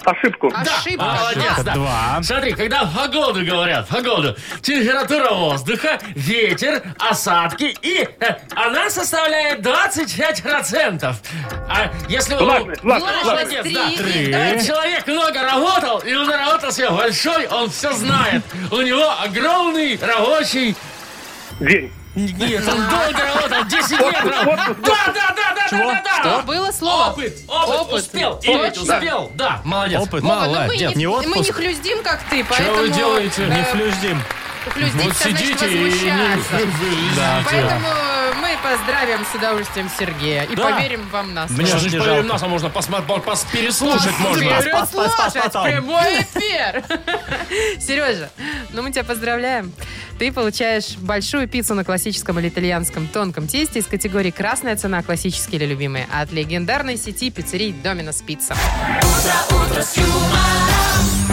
Speaker 7: Ошибку.
Speaker 4: Ошибка.
Speaker 2: Молодец, да.
Speaker 3: Два.
Speaker 2: Смотри, когда погоду говорят, погоду, температура воздуха, ветер, осадки, и э, она составляет 25%. А если... у-
Speaker 7: Влажность, влажность,
Speaker 4: Влажность.
Speaker 7: влажность.
Speaker 2: Молодец,
Speaker 4: Три.
Speaker 2: да.
Speaker 4: Три.
Speaker 2: Когда Человек много работал, и он наработал себе большой, он все знает. У него огромный рабочий...
Speaker 7: День.
Speaker 2: Нет, он долго работал, 10 лет работал. Да, да, да, да, да, да, да.
Speaker 4: Было слово.
Speaker 2: Опыт, опыт,
Speaker 4: Опыт.
Speaker 2: успел,
Speaker 4: Опыт.
Speaker 2: Игорь, успел, да, молодец,
Speaker 3: Опыт.
Speaker 4: Вова, ну
Speaker 2: молодец.
Speaker 4: мы, не,
Speaker 3: Не
Speaker 4: мы не
Speaker 3: отпуск?
Speaker 4: хлюздим, как ты,
Speaker 2: Что
Speaker 4: поэтому...
Speaker 2: вы делаете?
Speaker 4: э,
Speaker 2: Не
Speaker 3: Флюждим.
Speaker 4: хлюздить,
Speaker 2: Вот
Speaker 4: это значит
Speaker 2: сидите и
Speaker 4: возмущаться.
Speaker 2: не... Да,
Speaker 4: Поэтому э, мы поздравим с удовольствием Сергея и
Speaker 3: Да.
Speaker 4: поверим вам нас.
Speaker 3: Мне же не
Speaker 2: Поверим
Speaker 3: жалко.
Speaker 2: нас, а можно посма- по- пос- переслушать можно.
Speaker 3: Послушать. Спас- спас- спас-
Speaker 4: Переслушать
Speaker 3: спасал.
Speaker 4: прямой эфир. Сережа, ну мы тебя поздравляем. Ты получаешь большую пиццу на классическом или итальянском тонком тесте из категории «Красная цена. Классические или любимые» от легендарной сети пиццерий «Доминос Пицца».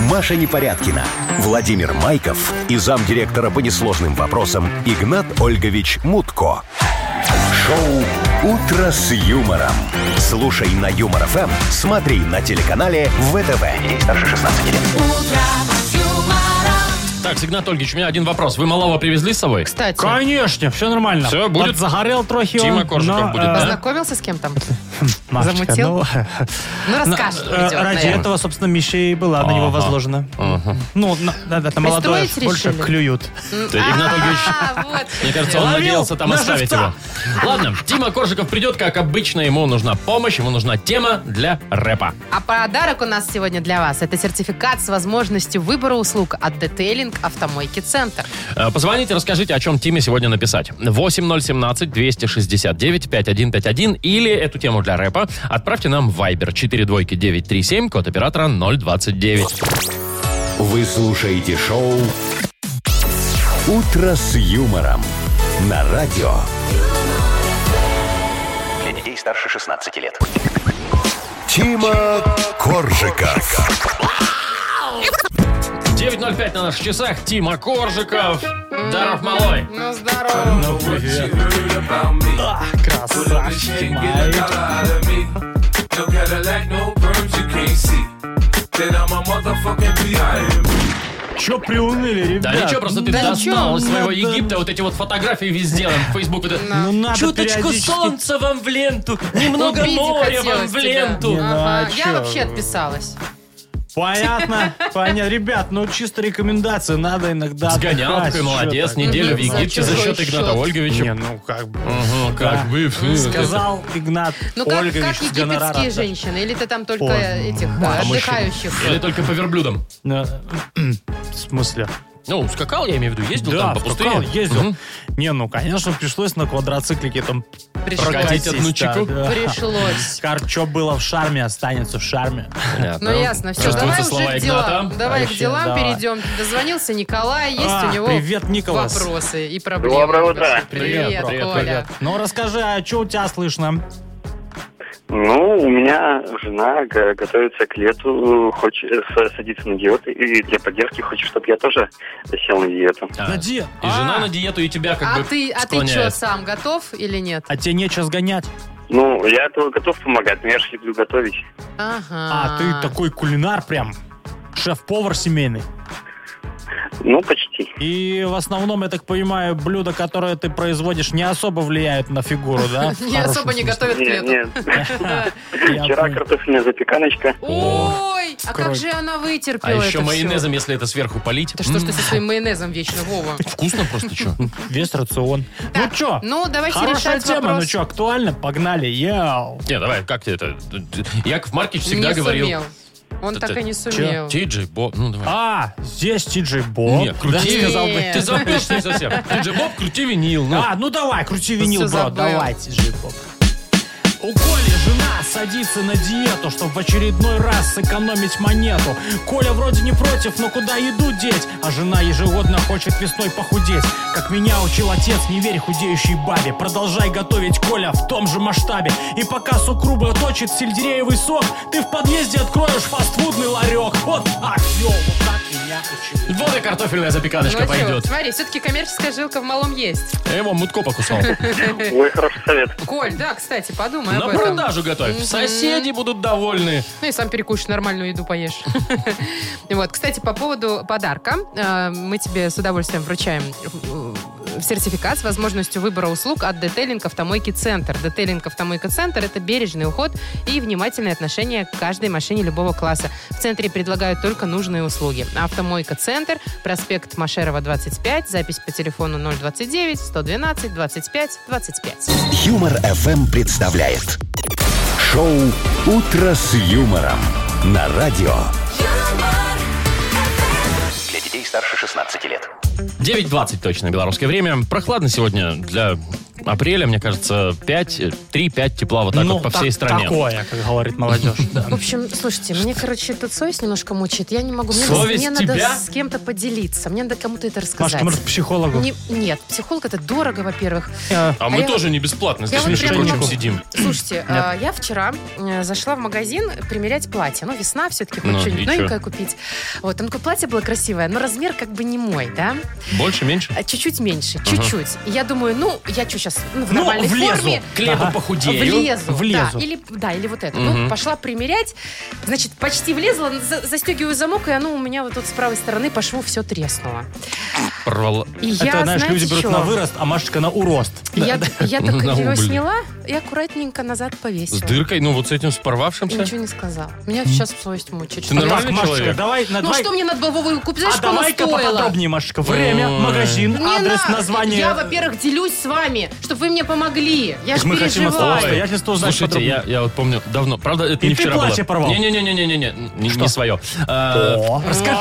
Speaker 1: Маша Непорядкина, Владимир Майков и замдиректора по несложным вопросам Игнат Ольгович Мутко. Шоу «Утро с юмором». Слушай на Юмор ФМ, смотри на телеканале ВТВ. Ей старше 16 лет.
Speaker 2: Так, Игнат Ольгич, у меня один вопрос. Вы малого привезли с собой?
Speaker 4: Кстати,
Speaker 3: Конечно, все нормально.
Speaker 2: Всё, будет.
Speaker 3: Загорел трохи
Speaker 2: Тима
Speaker 3: он,
Speaker 2: Коржиков
Speaker 3: но,
Speaker 2: будет,
Speaker 3: э,
Speaker 2: да?
Speaker 4: познакомился с кем там?
Speaker 3: Машечка,
Speaker 4: Замутил?
Speaker 3: ну,
Speaker 4: Ну,
Speaker 3: на-
Speaker 4: расскажешь.
Speaker 3: э, ради этого, собственно, миссия и была на него
Speaker 2: Ага.
Speaker 3: возложена. Ну, на, на- на молодое
Speaker 4: Пристроить
Speaker 3: больше
Speaker 4: решили?
Speaker 3: клюют.
Speaker 2: Игнат Ольгович,
Speaker 4: А,
Speaker 2: мне кажется, он
Speaker 3: Ловил
Speaker 2: надеялся там
Speaker 3: на
Speaker 2: оставить его.
Speaker 3: живца.
Speaker 2: Ладно, Дима Коржиков придет, как обычно, ему нужна помощь, ему нужна тема для рэпа.
Speaker 4: А подарок у нас сегодня для вас. Это сертификат с возможностью выбора услуг от Детейлинг Автомойки Центр.
Speaker 2: Э, Позвоните, расскажите, о чем Тиме сегодня написать. 8017-269-5151 или эту тему для рэпа отправьте нам в Viber 42937, код оператора 029.
Speaker 1: Вы слушаете шоу «Утро с юмором» на радио.
Speaker 5: Для детей старше 16 лет.
Speaker 1: Тима Коржика.
Speaker 2: 9.05 на наших часах. Тима Коржиков. Даров Малой.
Speaker 4: Ну, здорово.
Speaker 3: Красавчик мой. Че приуныли,
Speaker 2: Да
Speaker 3: ребят?
Speaker 2: ничего, просто ты
Speaker 4: да
Speaker 2: достал
Speaker 4: ничего,
Speaker 2: из своего
Speaker 3: надо.
Speaker 2: Египта вот эти вот фотографии везде, там, в Facebook. вот это.
Speaker 3: Ну, надо
Speaker 2: Чуточку
Speaker 3: периодически-
Speaker 2: солнца вам в ленту, немного
Speaker 4: Убить
Speaker 2: моря вам
Speaker 4: хотелось
Speaker 2: в
Speaker 4: тебя.
Speaker 2: ленту.
Speaker 3: Не, ну,
Speaker 4: Ага,
Speaker 3: а
Speaker 4: Я
Speaker 3: чё
Speaker 4: вообще
Speaker 3: вы.
Speaker 4: отписалась.
Speaker 3: Понятно, понятно. Ребят, ну чисто рекомендация, надо иногда
Speaker 2: Сгонял,
Speaker 3: отдыхать,
Speaker 2: такой
Speaker 3: чё
Speaker 2: молодец,
Speaker 3: так.
Speaker 2: неделю в
Speaker 4: За
Speaker 2: Египте за
Speaker 4: чужой
Speaker 2: счет Игната
Speaker 4: счет.
Speaker 2: Ольговича.
Speaker 3: Не, ну как бы.
Speaker 2: Ага,
Speaker 3: Да.
Speaker 2: как бы. фу,
Speaker 3: Сказал Игнат
Speaker 4: Ну, как, как
Speaker 3: Ольгович с гонорара.
Speaker 4: египетские женщины? Или ты там только
Speaker 3: Ой,
Speaker 4: этих
Speaker 2: это.
Speaker 4: э,
Speaker 2: А мужчина.
Speaker 4: отдыхающих?
Speaker 2: Или только по верблюдам.
Speaker 3: Э, В смысле?
Speaker 2: Ну, скакал, я имею в виду,
Speaker 4: Ну,
Speaker 2: ездил там
Speaker 3: Да,
Speaker 2: по
Speaker 3: в
Speaker 2: пустыне.
Speaker 3: Тукал ездил.
Speaker 2: Мгм.
Speaker 3: Не, ну, конечно, пришлось на квадроциклике там
Speaker 4: Пришлось.
Speaker 2: Прокатить
Speaker 3: прокатить.
Speaker 2: одну чеку.
Speaker 4: Пришлось.
Speaker 3: что было в шарме, останется в шарме.
Speaker 2: Понятно.
Speaker 4: Ну, ясно. Все, давай
Speaker 2: Чувствуются слова
Speaker 4: уже к делам.
Speaker 2: Игната. А
Speaker 4: Давай к
Speaker 3: Вообще,
Speaker 4: делам
Speaker 3: давай.
Speaker 4: перейдем. Дозвонился Николай, есть
Speaker 3: А,
Speaker 4: у него
Speaker 3: привет, Николас.
Speaker 4: вопросы и проблемы.
Speaker 7: Доброе утро.
Speaker 4: Привет,
Speaker 2: Привет, привет,
Speaker 4: Коля.
Speaker 2: привет.
Speaker 3: Ну, расскажи, а что у тебя слышно?
Speaker 7: Ну, у меня жена г- готовится к лету, хочет э, садиться на диеты, и для поддержки хочет, чтобы я тоже сел на диету.
Speaker 2: А,
Speaker 3: На ди-
Speaker 2: И жена
Speaker 3: А.
Speaker 2: на диету, и тебя как
Speaker 4: А
Speaker 2: бы
Speaker 4: ты, а ты что,
Speaker 2: склоняет.
Speaker 4: сам готов или нет?
Speaker 3: А тебе нечего сгонять?
Speaker 7: Ну, я этого готов помогать, но я же люблю готовить.
Speaker 4: Ага.
Speaker 3: А, ты такой кулинар прям. Шеф-повар семейный.
Speaker 7: Ну, почти.
Speaker 3: И в основном, я так понимаю, блюда, которые ты производишь, не особо влияют на фигуру, да? в
Speaker 4: Не особо
Speaker 3: хорошем смысле.
Speaker 4: не готовят к
Speaker 7: Нет,
Speaker 4: лету.
Speaker 7: нет.
Speaker 3: Я
Speaker 7: Вчера
Speaker 3: понял.
Speaker 7: картофельная запеканочка.
Speaker 4: Ой, а как
Speaker 3: кровь.
Speaker 4: же она вытерпела
Speaker 2: А еще
Speaker 4: это
Speaker 2: майонезом, если это сверху полить.
Speaker 4: всё? Да что ж ты
Speaker 2: М,
Speaker 4: со своим майонезом вечно, Вова?
Speaker 2: Вкусно просто, что?
Speaker 3: Весь рацион. Ну что?
Speaker 4: Ну, давайте
Speaker 3: Хорошая
Speaker 4: решать
Speaker 3: тема, ну
Speaker 4: вопрос.
Speaker 3: что, актуально? Погнали, яу.
Speaker 2: Не, давай, как тебе это? Яков Маркич всегда
Speaker 4: не
Speaker 2: говорил.
Speaker 4: сумел. Он
Speaker 2: Т-
Speaker 4: так
Speaker 2: т-
Speaker 4: и не сумел.
Speaker 2: Диджей Боб, ну давай.
Speaker 3: А, здесь Тиджей Боб.
Speaker 2: Не, крути
Speaker 4: да,
Speaker 2: сказал бы.
Speaker 4: нет.
Speaker 2: Ты запутаешься совсем. Диджей Боб, крути винил. ну.
Speaker 3: А, ну давай, крути винил,
Speaker 4: всё
Speaker 3: бро,
Speaker 4: забыл.
Speaker 3: давай, Тиджей Боб. У Коли жена садится на диету, чтобы в очередной раз сэкономить монету. Коля вроде не против, но куда еду деть? А жена ежегодно хочет весной похудеть. Как меня учил отец, не верь худеющей бабе. Продолжай готовить, Коля, в том же масштабе. И пока сукруба точит сельдереевый сок, ты в подъезде откроешь фастфудный ларек. Вот так, йоу, вот так меня учили.
Speaker 2: Вот и картофельная
Speaker 4: Ну,
Speaker 2: запеканочка
Speaker 4: а чё,
Speaker 2: пойдет.
Speaker 4: Смотри, все-таки коммерческая жилка в малом есть.
Speaker 2: Я Его мутко покусал.
Speaker 7: Ой, хороший совет.
Speaker 4: Коль, да, кстати, подумай
Speaker 2: На
Speaker 4: об этом.
Speaker 2: продажу готовь. Соседи будут довольны.
Speaker 4: Ну и сам перекушаешь, нормальную еду поешь. Вот, кстати, по поводу подарка. Э, Мы тебе с удовольствием вручаем э, сертификат с возможностью выбора услуг от Детейлинг Автомойки Центр. Детейлинг Автомойка Центр – это бережный уход и внимательное отношение к каждой машине любого класса. В центре предлагают только нужные услуги. Автомойка Центр, проспект Машерова, 25, запись по телефону 029 112 25 25.
Speaker 1: Юмор FM представляет шоу Утро с юмором на радио.
Speaker 5: Для детей старше 16 лет.
Speaker 2: 9.20 точно белорусское время. Прохладно сегодня для апреля, мне кажется, 5, 3-5 тепла вот так
Speaker 3: ну,
Speaker 2: вот по всей
Speaker 3: так-
Speaker 2: стране.
Speaker 3: Такое, как говорит молодежь. Да.
Speaker 4: В общем, слушайте, мне, короче, эта совесть немножко мучает. Я не могу. Мне,
Speaker 2: Совесть
Speaker 4: надо, мне надо
Speaker 2: тебя?
Speaker 4: с кем-то поделиться. Мне надо кому-то это
Speaker 3: Маш,
Speaker 4: рассказать.
Speaker 3: ты, может, к психологу?
Speaker 4: Не- нет, психолог это дорого, во-первых.
Speaker 3: Э,
Speaker 2: А мы
Speaker 4: я-
Speaker 2: тоже не бесплатно, здесь,
Speaker 4: вот
Speaker 2: между
Speaker 4: прям
Speaker 2: прочим,
Speaker 4: могу.
Speaker 2: сидим.
Speaker 4: Слушайте, э, я вчера э, зашла в магазин примерять платье. Ну, весна все-таки, хоть
Speaker 2: Ну, и
Speaker 4: что-нибудь
Speaker 2: чё?
Speaker 4: новенькое купить. Вот, там такое платье было красивое, но размер как бы не мой, да?
Speaker 2: Больше, меньше?
Speaker 4: А, Чуть-чуть меньше, чуть-чуть. И Я думаю, ну, я что сейчас сейчас в
Speaker 3: Ну,
Speaker 4: нормальной
Speaker 3: влезу.
Speaker 4: форме.
Speaker 2: К лету похудею.
Speaker 4: Влезу.
Speaker 3: Влезу.
Speaker 4: Да, или, да, или вот это.
Speaker 2: Мгм.
Speaker 4: Ну, пошла примерять. Значит, почти влезла, за- застегиваю замок, и оно у меня вот тут с правой стороны по шву все треснуло.
Speaker 2: Порвало.
Speaker 4: И
Speaker 3: Это,
Speaker 4: я,
Speaker 3: знаешь,
Speaker 4: знаете,
Speaker 3: люди берут
Speaker 4: чё?
Speaker 3: на вырост, а Машечка на урост.
Speaker 4: Я, я так
Speaker 2: На
Speaker 4: его
Speaker 2: убыль.
Speaker 4: сняла и аккуратненько назад повесила.
Speaker 2: С дыркой, ну вот с этим, с
Speaker 4: И
Speaker 2: порвавшимся.
Speaker 4: ничего не сказала. Меня сейчас совесть мучает.
Speaker 2: Ты
Speaker 4: что
Speaker 2: нормальный
Speaker 4: я-
Speaker 3: Так, Машечка,
Speaker 2: человек.
Speaker 3: давай на
Speaker 4: Ну
Speaker 3: А давай-
Speaker 4: что мне надо было Вова, купить? Знаешь,
Speaker 3: а
Speaker 4: что оно
Speaker 3: давай-ка
Speaker 4: стоило?
Speaker 3: поподробнее, Машечка. Время,
Speaker 2: Ой.
Speaker 3: магазин,
Speaker 4: Не
Speaker 3: адрес,
Speaker 4: надо.
Speaker 3: название.
Speaker 4: Я, во-первых, делюсь с вами, чтобы вы мне помогли. Я ж
Speaker 3: Мы хотим
Speaker 4: переживаю.
Speaker 3: остаться. Я сейчас тоже знаю
Speaker 2: Слушайте,
Speaker 3: подробнее.
Speaker 2: я, я вот помню давно, правда, это
Speaker 3: И
Speaker 2: не
Speaker 3: ты
Speaker 2: вчера
Speaker 3: платье
Speaker 2: было.
Speaker 3: порвал?
Speaker 2: Не-не-не-не-не, не, не, не свое. А,
Speaker 3: О, расскажи.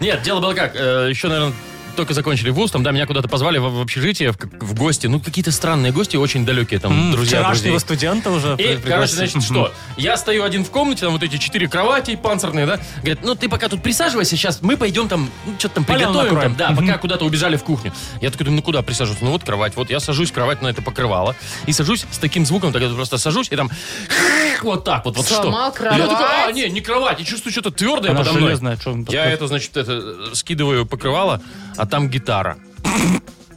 Speaker 2: Нет, дело было как, э, еще, наверное, только закончили вуз, там, да, меня куда-то позвали в, в общежитие, в, в гости, ну, какие-то странные гости, очень далекие, там,
Speaker 3: М,
Speaker 2: друзья друзей.
Speaker 3: Вчерашнего студента уже
Speaker 2: И,
Speaker 3: при-
Speaker 2: короче,
Speaker 3: пригласили.
Speaker 2: значит, что? Я стою один в комнате, там вот эти четыре кровати панцирные, да? Говорит, ну ты пока тут присаживайся, сейчас мы пойдем там, ну, что-то там
Speaker 3: Поляну
Speaker 2: приготовим. Там,
Speaker 3: накроем.
Speaker 2: да, пока куда-то убежали в кухню. Я такой думаю, ну куда присаживаться? Ну вот кровать, вот я сажусь, кровать на это покрывало. И сажусь с таким звуком, так я тут просто сажусь, и там вот так вот, вот
Speaker 4: Сломал
Speaker 2: что? Я такой, а,
Speaker 4: кровать?
Speaker 2: не, не кровать, я чувствую что-то твердое
Speaker 3: Она
Speaker 2: подо мной.
Speaker 3: железная, что он
Speaker 2: Ну Я это, значит, это, э, скидываю покрывало, а там гитара.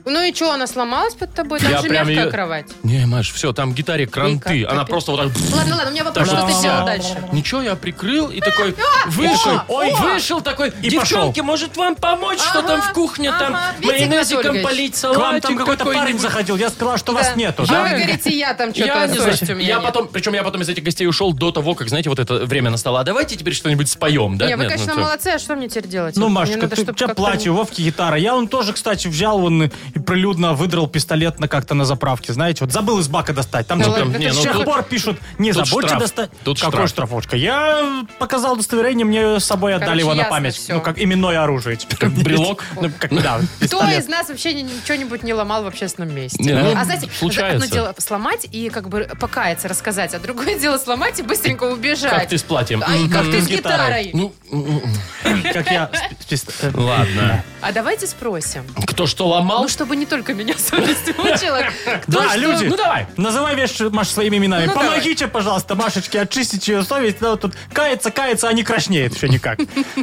Speaker 4: Ну и что, она сломалась под тобой? Там
Speaker 2: Я
Speaker 4: же
Speaker 2: прям
Speaker 4: мягкая
Speaker 2: её-
Speaker 4: кровать.
Speaker 2: Не, Маш, все, там гитаре кранты.
Speaker 4: Вика,
Speaker 2: Она
Speaker 4: капец.
Speaker 2: просто вот так...
Speaker 4: Ладно, ладно, у меня вопрос,
Speaker 2: Так,
Speaker 4: что ты
Speaker 2: всё.
Speaker 4: сделал дальше?
Speaker 2: Ничего, я прикрыл и такой вышел,
Speaker 4: о,
Speaker 2: ой,
Speaker 4: о.
Speaker 2: вышел такой.
Speaker 3: И
Speaker 2: Девчонки, может вам помочь, что
Speaker 4: Ага,
Speaker 2: там в кухне,
Speaker 4: ага.
Speaker 2: там
Speaker 4: Видите, Игнат
Speaker 2: майонезиком
Speaker 4: Ольгович?
Speaker 2: полить
Speaker 3: К вам
Speaker 2: салатик
Speaker 3: там какой-то парень
Speaker 2: какой-нибудь?
Speaker 3: заходил. Я сказала, что вас нету.
Speaker 4: А
Speaker 3: да?
Speaker 4: вы говорите, я там что-то
Speaker 2: Я не знаю.
Speaker 4: совесть у меня
Speaker 2: Я
Speaker 4: нет.
Speaker 2: потом, причем я потом из этих гостей ушел до того, как, знаете, вот это время настало. А давайте теперь что-нибудь споем, да?
Speaker 4: Не, вы,
Speaker 2: Нет, ну
Speaker 4: конечно,
Speaker 2: всё.
Speaker 4: молодцы, а что мне теперь делать?
Speaker 3: Ну,
Speaker 4: Мне
Speaker 3: Машечка,
Speaker 4: надо,
Speaker 3: ты, у
Speaker 4: чтоб
Speaker 3: тебя
Speaker 4: как-то-
Speaker 3: платье, у Вовки гитара. Я он тоже, кстати, взял он и и прилюдно выдрал пистолет на как-то на заправке. Знаете, вот забыл из бака достать. Там
Speaker 4: Да
Speaker 3: же
Speaker 4: ладно,
Speaker 3: прям
Speaker 4: это
Speaker 2: не,
Speaker 3: с
Speaker 2: ну,
Speaker 3: тех
Speaker 2: тут-
Speaker 3: пор пишут, не
Speaker 2: тут
Speaker 3: забудьте
Speaker 2: штраф.
Speaker 3: достать.
Speaker 2: Тут
Speaker 3: Какой
Speaker 2: штраф.
Speaker 3: штрафочка? Я показал удостоверение, мне с собой отдали
Speaker 4: Короче,
Speaker 3: его на
Speaker 4: ясно
Speaker 3: память.
Speaker 4: всё.
Speaker 3: Ну, как именное оружие. теперь у меня
Speaker 2: брелок?
Speaker 3: есть. Ну, как, да,
Speaker 4: Кто
Speaker 3: пистолет.
Speaker 4: из нас вообще ни- что-нибудь не ломал в общественном месте?
Speaker 2: Не, ну,
Speaker 4: а знаете,
Speaker 2: случается.
Speaker 4: одно дело сломать и как бы покаяться, рассказать, а другое дело сломать и быстренько убежать.
Speaker 2: Как ты с платьем?
Speaker 4: А, и
Speaker 2: М,
Speaker 4: как ты с
Speaker 3: Гитарой.
Speaker 4: гитарой?
Speaker 2: Ну, м, м,
Speaker 3: Как я... с- пис- э,
Speaker 2: ладно.
Speaker 4: А давайте спросим.
Speaker 2: Кто что ломал?
Speaker 4: Ну, чтобы не только меня совесть мучила. Кто
Speaker 3: Да,
Speaker 4: что-
Speaker 3: люди,
Speaker 2: Ну, давай.
Speaker 3: называй вещи, Маш, своими именами.
Speaker 4: Ну, давай.
Speaker 3: Помогите, пожалуйста, Машечке очистить ее совесть. Она вот тут кается, кается, а не крашнеет еще никак.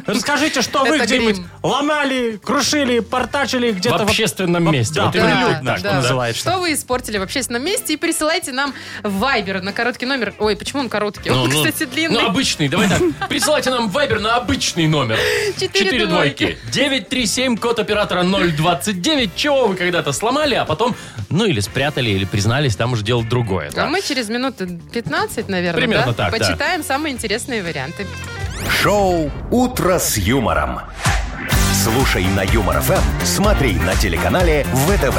Speaker 3: Расскажите, что вы
Speaker 4: Это грим.
Speaker 3: где-нибудь ломали, крушили, портачили
Speaker 2: В
Speaker 3: где-то... вот-
Speaker 2: общественном
Speaker 3: во-
Speaker 2: месте.
Speaker 3: да,
Speaker 2: Вот
Speaker 3: да,
Speaker 2: именно
Speaker 3: да,
Speaker 2: так,
Speaker 3: что
Speaker 2: да.
Speaker 3: называется.
Speaker 4: Что вы испортили в общественном месте и присылайте нам в Viber на короткий номер. Ой, почему он короткий?
Speaker 2: Ну,
Speaker 4: Он,
Speaker 2: ну,
Speaker 4: кстати, длинный.
Speaker 2: Ну, обычный, давай так. Присылайте нам вайбер на обычный номер.
Speaker 4: Четыре
Speaker 2: Четыре
Speaker 4: двойки.
Speaker 2: 937, код оператора 029. Чего вы когда-то сломали, а потом, ну, или спрятали, или признались, там уже дело другое. да.
Speaker 4: А мы через минуты 15, наверное,
Speaker 2: Примерно
Speaker 4: да,
Speaker 2: так, да.
Speaker 4: почитаем самые интересные варианты.
Speaker 1: Шоу «Утро с юмором». Слушай на Юмор ФМ, смотри на телеканале ВТВ.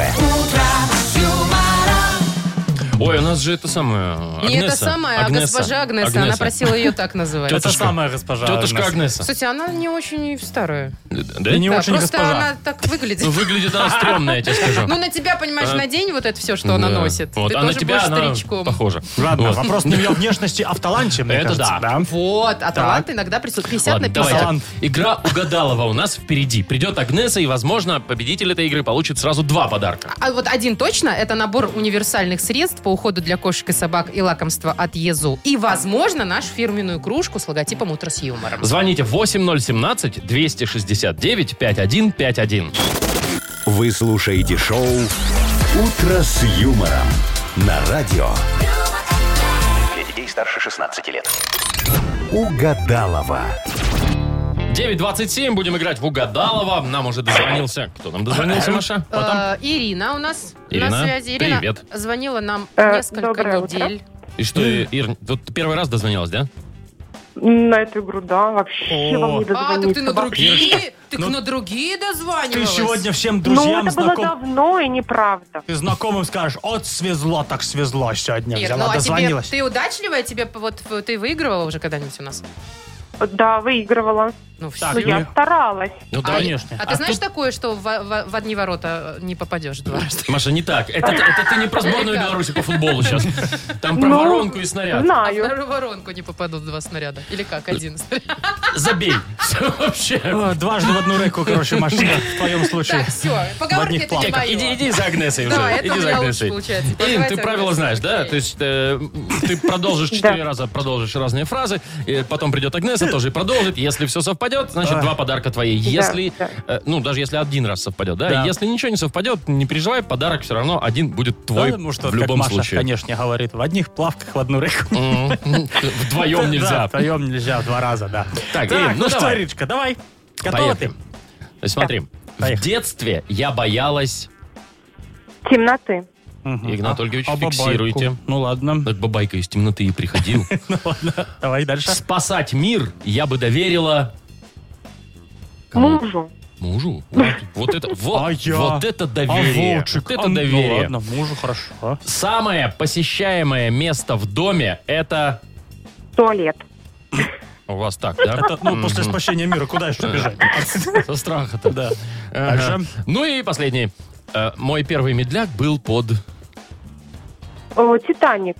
Speaker 2: Ой, у нас же это самое,
Speaker 4: Не это
Speaker 2: Агнеса.
Speaker 4: самая, а
Speaker 2: Агнеса.
Speaker 4: госпожа Агнеса, она просила ее так называть.
Speaker 3: Это
Speaker 2: Тетушка.
Speaker 3: самая госпожа.
Speaker 2: Тетушка
Speaker 3: Агнес.
Speaker 2: Агнеса.
Speaker 4: Кстати, она не очень и старая.
Speaker 2: Да?
Speaker 3: Не
Speaker 4: Да,
Speaker 3: очень
Speaker 4: просто
Speaker 3: госпожа.
Speaker 4: она так выглядит.
Speaker 2: Ну, выглядит она стрёмно, я тебе скажу.
Speaker 4: Ну, на тебя, понимаешь,
Speaker 2: А.
Speaker 4: надень вот это все, что она
Speaker 2: Да.
Speaker 4: носит.
Speaker 2: Вот,
Speaker 4: Ты
Speaker 2: а на
Speaker 4: тоже
Speaker 2: тебя
Speaker 4: будешь
Speaker 2: она
Speaker 4: старичком.
Speaker 2: похожа.
Speaker 3: Ладно,
Speaker 2: Вот.
Speaker 3: вопрос на ее внешности, а в таланте, мне
Speaker 2: Это
Speaker 3: кажется,
Speaker 2: да.
Speaker 4: Вот, а талант иногда присутствует. 50
Speaker 2: Ладно,
Speaker 4: на 50.
Speaker 2: давайте.
Speaker 3: Талант.
Speaker 2: Игра угадалова у нас впереди. Придет Агнеса, и, возможно, победитель этой игры получит сразу два подарка.
Speaker 4: А вот один точно, это набор универсальных средств по уходу для кошек и собак и лакомства от Езу. И, возможно, нашу фирменную кружку с логотипом «Утро с юмором».
Speaker 2: Звоните 8017-269-5151.
Speaker 1: Вы слушаете шоу «Утро с юмором» на радио
Speaker 5: Для детей старше 16 лет.
Speaker 1: Угадалова.
Speaker 2: 9.27, будем играть в Угадалова. Нам уже дозвонился. Кто нам дозвонился, Маша?
Speaker 4: Э, Ирина у нас
Speaker 2: Ирина,
Speaker 4: на связи. Ирина
Speaker 2: привет.
Speaker 4: звонила нам
Speaker 9: Э,
Speaker 4: несколько
Speaker 9: доброе утро.
Speaker 4: недель.
Speaker 2: И что, Ир, тут ты первый раз дозвонилась, да?
Speaker 9: На эту игру, да, вообще
Speaker 3: О.
Speaker 9: вам не
Speaker 4: А, так ты
Speaker 9: дозвониться.
Speaker 4: на другие, так
Speaker 3: ну,
Speaker 4: на другие
Speaker 3: Ты
Speaker 4: дозванивалась.
Speaker 3: сегодня всем
Speaker 9: Ну,
Speaker 3: друзьям,
Speaker 9: это было
Speaker 3: знаком...
Speaker 9: давно и неправда.
Speaker 3: Ты знакомым скажешь, от свезло так свезло сегодня.
Speaker 4: Ир, ну
Speaker 3: Взяла,
Speaker 4: а тебе,
Speaker 3: дозвонилась.
Speaker 4: ты удачливая? Тебе вот в- ты выигрывала уже когда-нибудь у нас?
Speaker 9: Да, выигрывала.
Speaker 4: Ну все.
Speaker 3: Так,
Speaker 9: Но я
Speaker 3: ну-
Speaker 9: старалась.
Speaker 2: Ну,
Speaker 4: А-
Speaker 3: конечно.
Speaker 4: А, ты
Speaker 2: А
Speaker 4: знаешь
Speaker 2: тут-
Speaker 4: такое, что в, в- в одни ворота э, не попадешь два раза?
Speaker 2: Маша, не так. Это, это ты не про сборную
Speaker 4: Ребят.
Speaker 2: Беларуси по футболу сейчас. Там про
Speaker 9: Ну,
Speaker 2: воронку и снаряд.
Speaker 4: А в
Speaker 9: Знаю.
Speaker 4: вторую воронку не попадут два снаряда. Или как,
Speaker 2: Э,
Speaker 4: один снаряд.
Speaker 2: Забей. Всё вообще.
Speaker 3: Э, Дважды в одну реку, короче, машина в твоем случае.
Speaker 4: Так, все, поговорки
Speaker 3: одних
Speaker 4: это не
Speaker 2: Ну,
Speaker 3: плавках.
Speaker 4: мое.
Speaker 2: Иди, иди за Агнесой уже.
Speaker 4: Да, это
Speaker 2: иди за
Speaker 4: у меня лучше
Speaker 2: Агнесой.
Speaker 4: получается.
Speaker 9: Ну,
Speaker 2: Ирин,
Speaker 4: Позвать
Speaker 2: ты правила
Speaker 4: Агнесу.
Speaker 2: знаешь, да? То есть э, ты продолжишь четыре
Speaker 9: Да.
Speaker 2: раза, продолжишь разные фразы, и потом придет Агнеса, Маша тоже продолжит. Если все совпадет, значит, два подарка твои. Если,
Speaker 9: да.
Speaker 2: э, ну, даже если один раз совпадет, да?
Speaker 3: Да.
Speaker 2: Если ничего не совпадет, не переживай, подарок все равно один будет твой
Speaker 3: ну, Потому что,
Speaker 2: в любом
Speaker 3: как Маша,
Speaker 2: случае.
Speaker 3: конечно, говорит, в одних плавках в одну реку.
Speaker 2: М, Вдвоем
Speaker 3: Да,
Speaker 2: нельзя.
Speaker 3: вдвоем нельзя, два раза, да.
Speaker 2: Так, Ирин,
Speaker 3: ну
Speaker 2: ну
Speaker 3: что,
Speaker 2: давай.
Speaker 3: Иришка, давай. Готова
Speaker 2: Поехали.
Speaker 3: ты?
Speaker 2: Смотри, в
Speaker 3: Поехали.
Speaker 2: детстве я боялась...
Speaker 9: Темноты.
Speaker 3: Мгм.
Speaker 2: Игнат
Speaker 3: А-
Speaker 2: Ольгович,
Speaker 3: а бабайку?
Speaker 2: фиксируйте.
Speaker 3: Ну ладно,
Speaker 2: Так бабайка из темноты и приходил.
Speaker 3: ну ладно, давай дальше.
Speaker 2: Спасать мир я бы доверила... Кому?
Speaker 9: Мужу.
Speaker 2: Мужу? Вот, вот это, вот,
Speaker 3: А я?
Speaker 2: вот это
Speaker 3: А
Speaker 2: доверие.
Speaker 3: Вовчик?
Speaker 2: вот это
Speaker 3: А, ну
Speaker 2: доверие.
Speaker 3: ладно, мужу хорошо.
Speaker 2: Самое посещаемое место в доме это...
Speaker 9: Туалет.
Speaker 2: У вас так, да?
Speaker 3: Это, ну,
Speaker 2: Мгм. Э,
Speaker 3: после спасения мира куда еще бежать?
Speaker 2: Со страха-то.
Speaker 3: Да.
Speaker 2: Ага.
Speaker 3: Дальше.
Speaker 2: Ну и последний. Э, Мой первый медляк был под...
Speaker 9: Э, Титаник.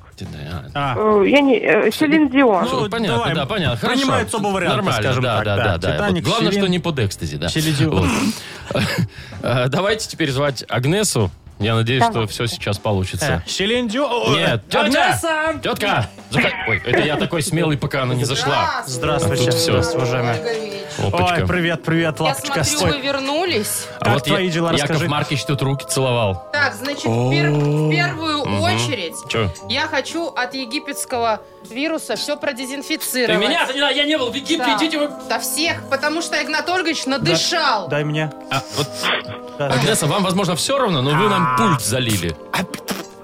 Speaker 3: А,
Speaker 9: Э, Я не... э, Селин Дион.
Speaker 2: Ну,
Speaker 3: Ну,
Speaker 2: понятно,
Speaker 3: давай.
Speaker 2: да, понятно. Хорошо.
Speaker 3: Принимается оба варианта,
Speaker 2: Нормально,
Speaker 3: скажем
Speaker 2: да,
Speaker 3: так,
Speaker 2: Да,
Speaker 3: да.
Speaker 2: да, да.
Speaker 3: «Титаник»,
Speaker 2: Вот Главное,
Speaker 3: «Сирен».
Speaker 2: что не под экстази, да.
Speaker 3: «Селедион».
Speaker 2: Вот. Э, Давайте теперь звать Агнесу. Я надеюсь, что
Speaker 9: Давай.
Speaker 2: все сейчас получится.
Speaker 3: Селин Дион.
Speaker 2: Нет,
Speaker 3: Э.
Speaker 2: тетка! Тетка! Заход- Ой, это я такой смелый, пока она не
Speaker 4: А,
Speaker 2: зашла.
Speaker 3: Здравствуйте,
Speaker 2: А Тут всё.
Speaker 3: здравствуйте, уважаемые.
Speaker 2: Опачка.
Speaker 3: Ой, привет, привет,
Speaker 4: Я
Speaker 3: лапочка.
Speaker 4: смотрю, вы
Speaker 3: Стой.
Speaker 4: вернулись.
Speaker 2: А
Speaker 3: Как
Speaker 2: вот
Speaker 3: твои
Speaker 2: Я-
Speaker 3: дела,
Speaker 2: Яков
Speaker 3: расскажи.
Speaker 2: Маркич тут руки целовал.
Speaker 4: Так, значит, в, пер- в первую очередь
Speaker 2: Че?
Speaker 4: я хочу от египетского вируса все продезинфицировать.
Speaker 2: Ты меня, не надо, я не был в Египте,
Speaker 4: Да.
Speaker 2: идите вы...
Speaker 4: Да всех, потому что Игнат Ольгович надышал.
Speaker 3: Дай мне.
Speaker 2: А, вот,
Speaker 3: Да.
Speaker 2: Агнеса, вам, возможно, все равно, но вы
Speaker 3: А.
Speaker 2: нам пульт залили.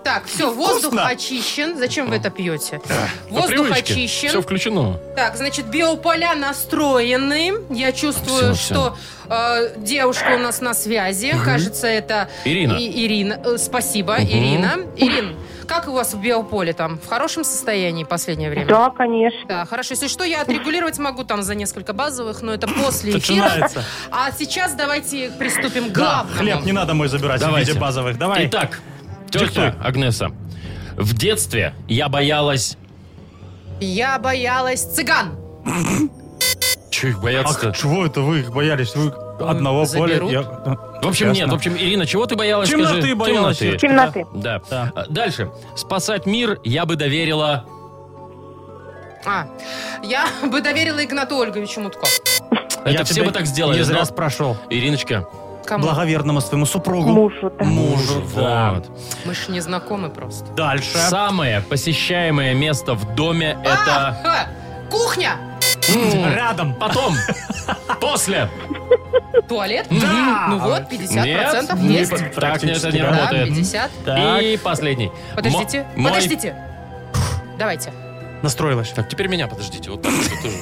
Speaker 4: Так, все, воздух
Speaker 3: Вкусно.
Speaker 4: очищен. Зачем вы это пьете?
Speaker 2: А, По
Speaker 4: Воздух
Speaker 2: привычке.
Speaker 4: очищен.
Speaker 2: Все включено.
Speaker 4: Так, значит, биополя настроены. Я чувствую,
Speaker 2: Всё, всё.
Speaker 4: что э, девушка у нас на связи. Кажется, это
Speaker 2: Ирина.
Speaker 4: И- Ирина. Э, спасибо,
Speaker 2: Мгм.
Speaker 4: Ирина. Ирин, как у вас в биополе там? В хорошем состоянии последнее время?
Speaker 9: Да, конечно.
Speaker 4: Да, хорошо. Если что, я отрегулировать могу там за несколько базовых, но это после эфира.
Speaker 3: Начинается.
Speaker 4: А сейчас давайте приступим к
Speaker 3: Да,
Speaker 4: главному.
Speaker 3: хлеб не надо мой забирать
Speaker 2: Давайте.
Speaker 3: в виде базовых. Давай.
Speaker 2: Итак, тетя
Speaker 3: Диктуй.
Speaker 2: Агнеса, в детстве я боялась...
Speaker 4: Я боялась цыган.
Speaker 2: Чего их
Speaker 3: Ах,
Speaker 2: бояться-то?
Speaker 3: А чего это вы их боялись? Вы одного поля...
Speaker 4: заберут.
Speaker 3: я-
Speaker 2: В общем, нет,
Speaker 3: Ясно.
Speaker 2: в общем, Ирина, чего ты боялась?
Speaker 3: Темноты
Speaker 2: Скажи,
Speaker 3: боялась.
Speaker 2: Темноты.
Speaker 9: Темноты.
Speaker 2: Да.
Speaker 3: Да.
Speaker 2: А, Дальше. Спасать мир я бы доверила...
Speaker 4: А, я бы доверила Игнату Ольговичу Мутко.
Speaker 2: Это
Speaker 3: Я
Speaker 2: все
Speaker 3: тебя
Speaker 2: бы так сделали,
Speaker 3: Не зря
Speaker 2: но-
Speaker 3: спрашивал.
Speaker 2: Ириночка,
Speaker 4: Кому?
Speaker 3: Благоверному своему супругу.
Speaker 9: Мужу, да.
Speaker 3: Мужу. да.
Speaker 2: вот.
Speaker 4: Мы ж не знакомы просто.
Speaker 3: Дальше.
Speaker 2: Самое посещаемое место в доме это...
Speaker 4: А, а, кухня!
Speaker 2: М,
Speaker 3: Рядом.
Speaker 2: Потом. После.
Speaker 4: Туалет?
Speaker 3: Да.
Speaker 4: Ну вот, 50%
Speaker 2: не
Speaker 4: есть.
Speaker 2: по- Так
Speaker 3: Практически,
Speaker 2: это не
Speaker 3: да.
Speaker 4: Да,
Speaker 2: работает.
Speaker 4: 50.
Speaker 3: Так.
Speaker 2: И последний.
Speaker 4: Подождите,
Speaker 2: Мо- мой-
Speaker 4: подождите. Давайте.
Speaker 3: Настроилась.
Speaker 2: Так, теперь меня подождите. Вот так вот тоже.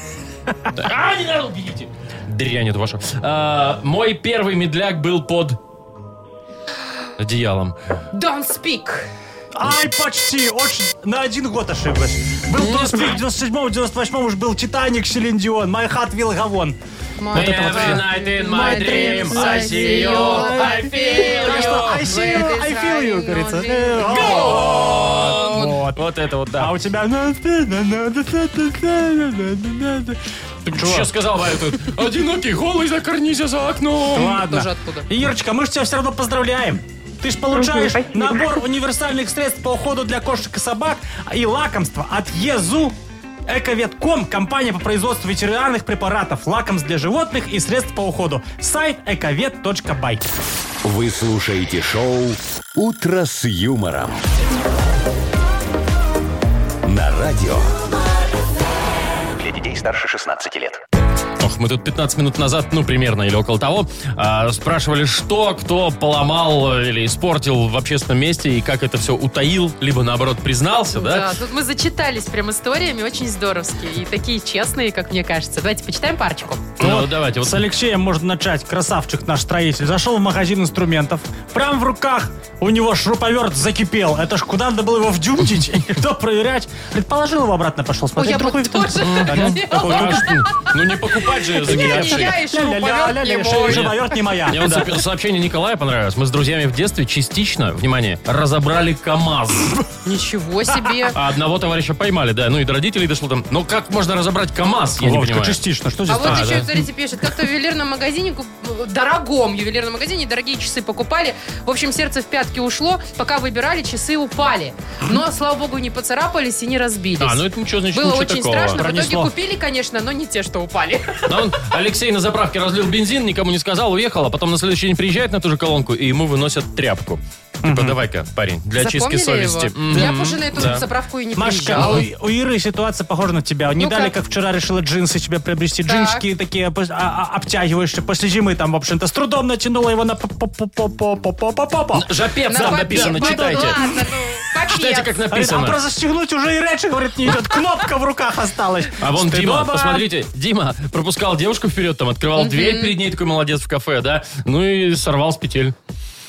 Speaker 2: Да. А, не надо, убедите. Дрянь это ваша. А, Мой первый медляк был под одеялом.
Speaker 4: Don't speak.
Speaker 3: Ай, почти. Очень... На один год ошиблась. Был Донспик в 97-м, 98-м уж был Титаник, Селин Дион, My Heart Will Go On.
Speaker 4: Мама.
Speaker 3: это вот
Speaker 2: Every
Speaker 3: всё.
Speaker 2: night in my
Speaker 4: My
Speaker 2: dreams I see you, I feel
Speaker 3: Так что, I
Speaker 2: you.
Speaker 3: see you, I feel you, говорится. Э,
Speaker 2: Go!
Speaker 3: Вот.
Speaker 2: Вот это вот,
Speaker 3: А
Speaker 2: да.
Speaker 3: у тебя...
Speaker 2: Ты что сказал, Варя, тут? Одинокий голый за карнизе за окном.
Speaker 4: Тоже
Speaker 3: Ладно.
Speaker 4: откуда?
Speaker 3: Ирочка, мы же тебя все равно поздравляем. Ты ж получаешь
Speaker 9: Мгм, спасибо.
Speaker 3: набор универсальных средств по уходу для кошек и собак и лакомства от ЕЗУ. Эковетком – компания по производству ветеринарных препаратов, лакомств для животных и средств по уходу. Сайт эковет.бай.
Speaker 1: Вы слушаете шоу «Утро с юмором». На радио.
Speaker 5: Для детей старше 16 лет.
Speaker 2: Ох, мы тут 15 минут назад, ну, примерно, или около того, а, спрашивали, что кто поломал э, или испортил в общественном месте, и как это все утаил, либо, наоборот, признался, да?
Speaker 4: Да, тут мы зачитались прям историями, очень здоровские. И такие честные, как мне кажется. Давайте почитаем парочку.
Speaker 2: Ну, вот давайте, вот
Speaker 3: С Алексеем можно начать. Красавчик наш строитель. Зашел в магазин инструментов. Прям в руках у него шуруповерт закипел. Это ж куда надо было его вдюмтить и что проверять. Предположил его обратно, пошел
Speaker 4: Ой,
Speaker 3: смотреть
Speaker 4: я бы
Speaker 3: другой вид.
Speaker 4: тоже хотела.
Speaker 2: А что? Ну не покупать же
Speaker 4: Я
Speaker 2: загоревший.
Speaker 4: не
Speaker 3: Ля-ля-ля-ля-ля, шуруповерт не моя.
Speaker 2: Мне вот
Speaker 3: Да.
Speaker 2: сап- сообщение Николая понравилось. Мы с друзьями в детстве частично, внимание, разобрали КАМАЗ.
Speaker 4: Ничего себе.
Speaker 2: А одного товарища поймали, да. Ну и до родителей дошло там. Но как можно разобрать КАМАЗ, я не
Speaker 3: Вовочка,
Speaker 2: понимаю.
Speaker 3: частично. Что здесь?
Speaker 4: А вот
Speaker 2: А,
Speaker 4: еще,
Speaker 2: да.
Speaker 4: смотрите, пишет, как-то в ювелирном магазине, куп- дорогом ювелирном магазине, дорогие часы покупали. В общем, сердце в пятки все-таки ушло, пока выбирали, часы упали. Но, слава богу, не поцарапались и не разбились.
Speaker 2: А, ну это ничего, значит,
Speaker 4: Было
Speaker 2: ничего
Speaker 4: очень
Speaker 2: такого.
Speaker 4: страшно. В
Speaker 3: Пронесло.
Speaker 4: итоге купили, конечно, но не те, что упали.
Speaker 2: Но он, Алексей на заправке разлил бензин, никому не сказал, уехал, а потом на следующий день приезжает на ту же колонку, и ему выносят тряпку. Типа, давай-ка, парень, для чистки
Speaker 4: Запомнили
Speaker 2: совести.
Speaker 4: его? Я
Speaker 2: Мгм.
Speaker 4: позже на эту
Speaker 2: Да.
Speaker 4: заправку и не
Speaker 3: Машка,
Speaker 4: приезжала.
Speaker 3: а у, у Иры ситуация похожа на тебя. Не
Speaker 4: Ну
Speaker 3: дали,
Speaker 4: как?
Speaker 3: как вчера решила джинсы себе приобрести.
Speaker 4: Так.
Speaker 3: Джинсики такие а, а, обтягивающие. После зимы там, в общем-то, с трудом натянула его на по по по по по по по по по по
Speaker 2: Жопец, там
Speaker 4: попе-
Speaker 2: написано,
Speaker 4: попе-
Speaker 2: читайте.
Speaker 4: Ладно, ну, попе.
Speaker 2: Читайте, как
Speaker 3: Говорит, а
Speaker 2: написано.
Speaker 3: про застегнуть уже и речи, говорит, не идет. Кнопка в руках осталась.
Speaker 2: А вон Дима,
Speaker 3: Стыдоба.
Speaker 2: посмотрите, Дима пропускал девушку вперед, там открывал дверь перед ней, такой молодец в кафе, да, ну и сорвал с петель.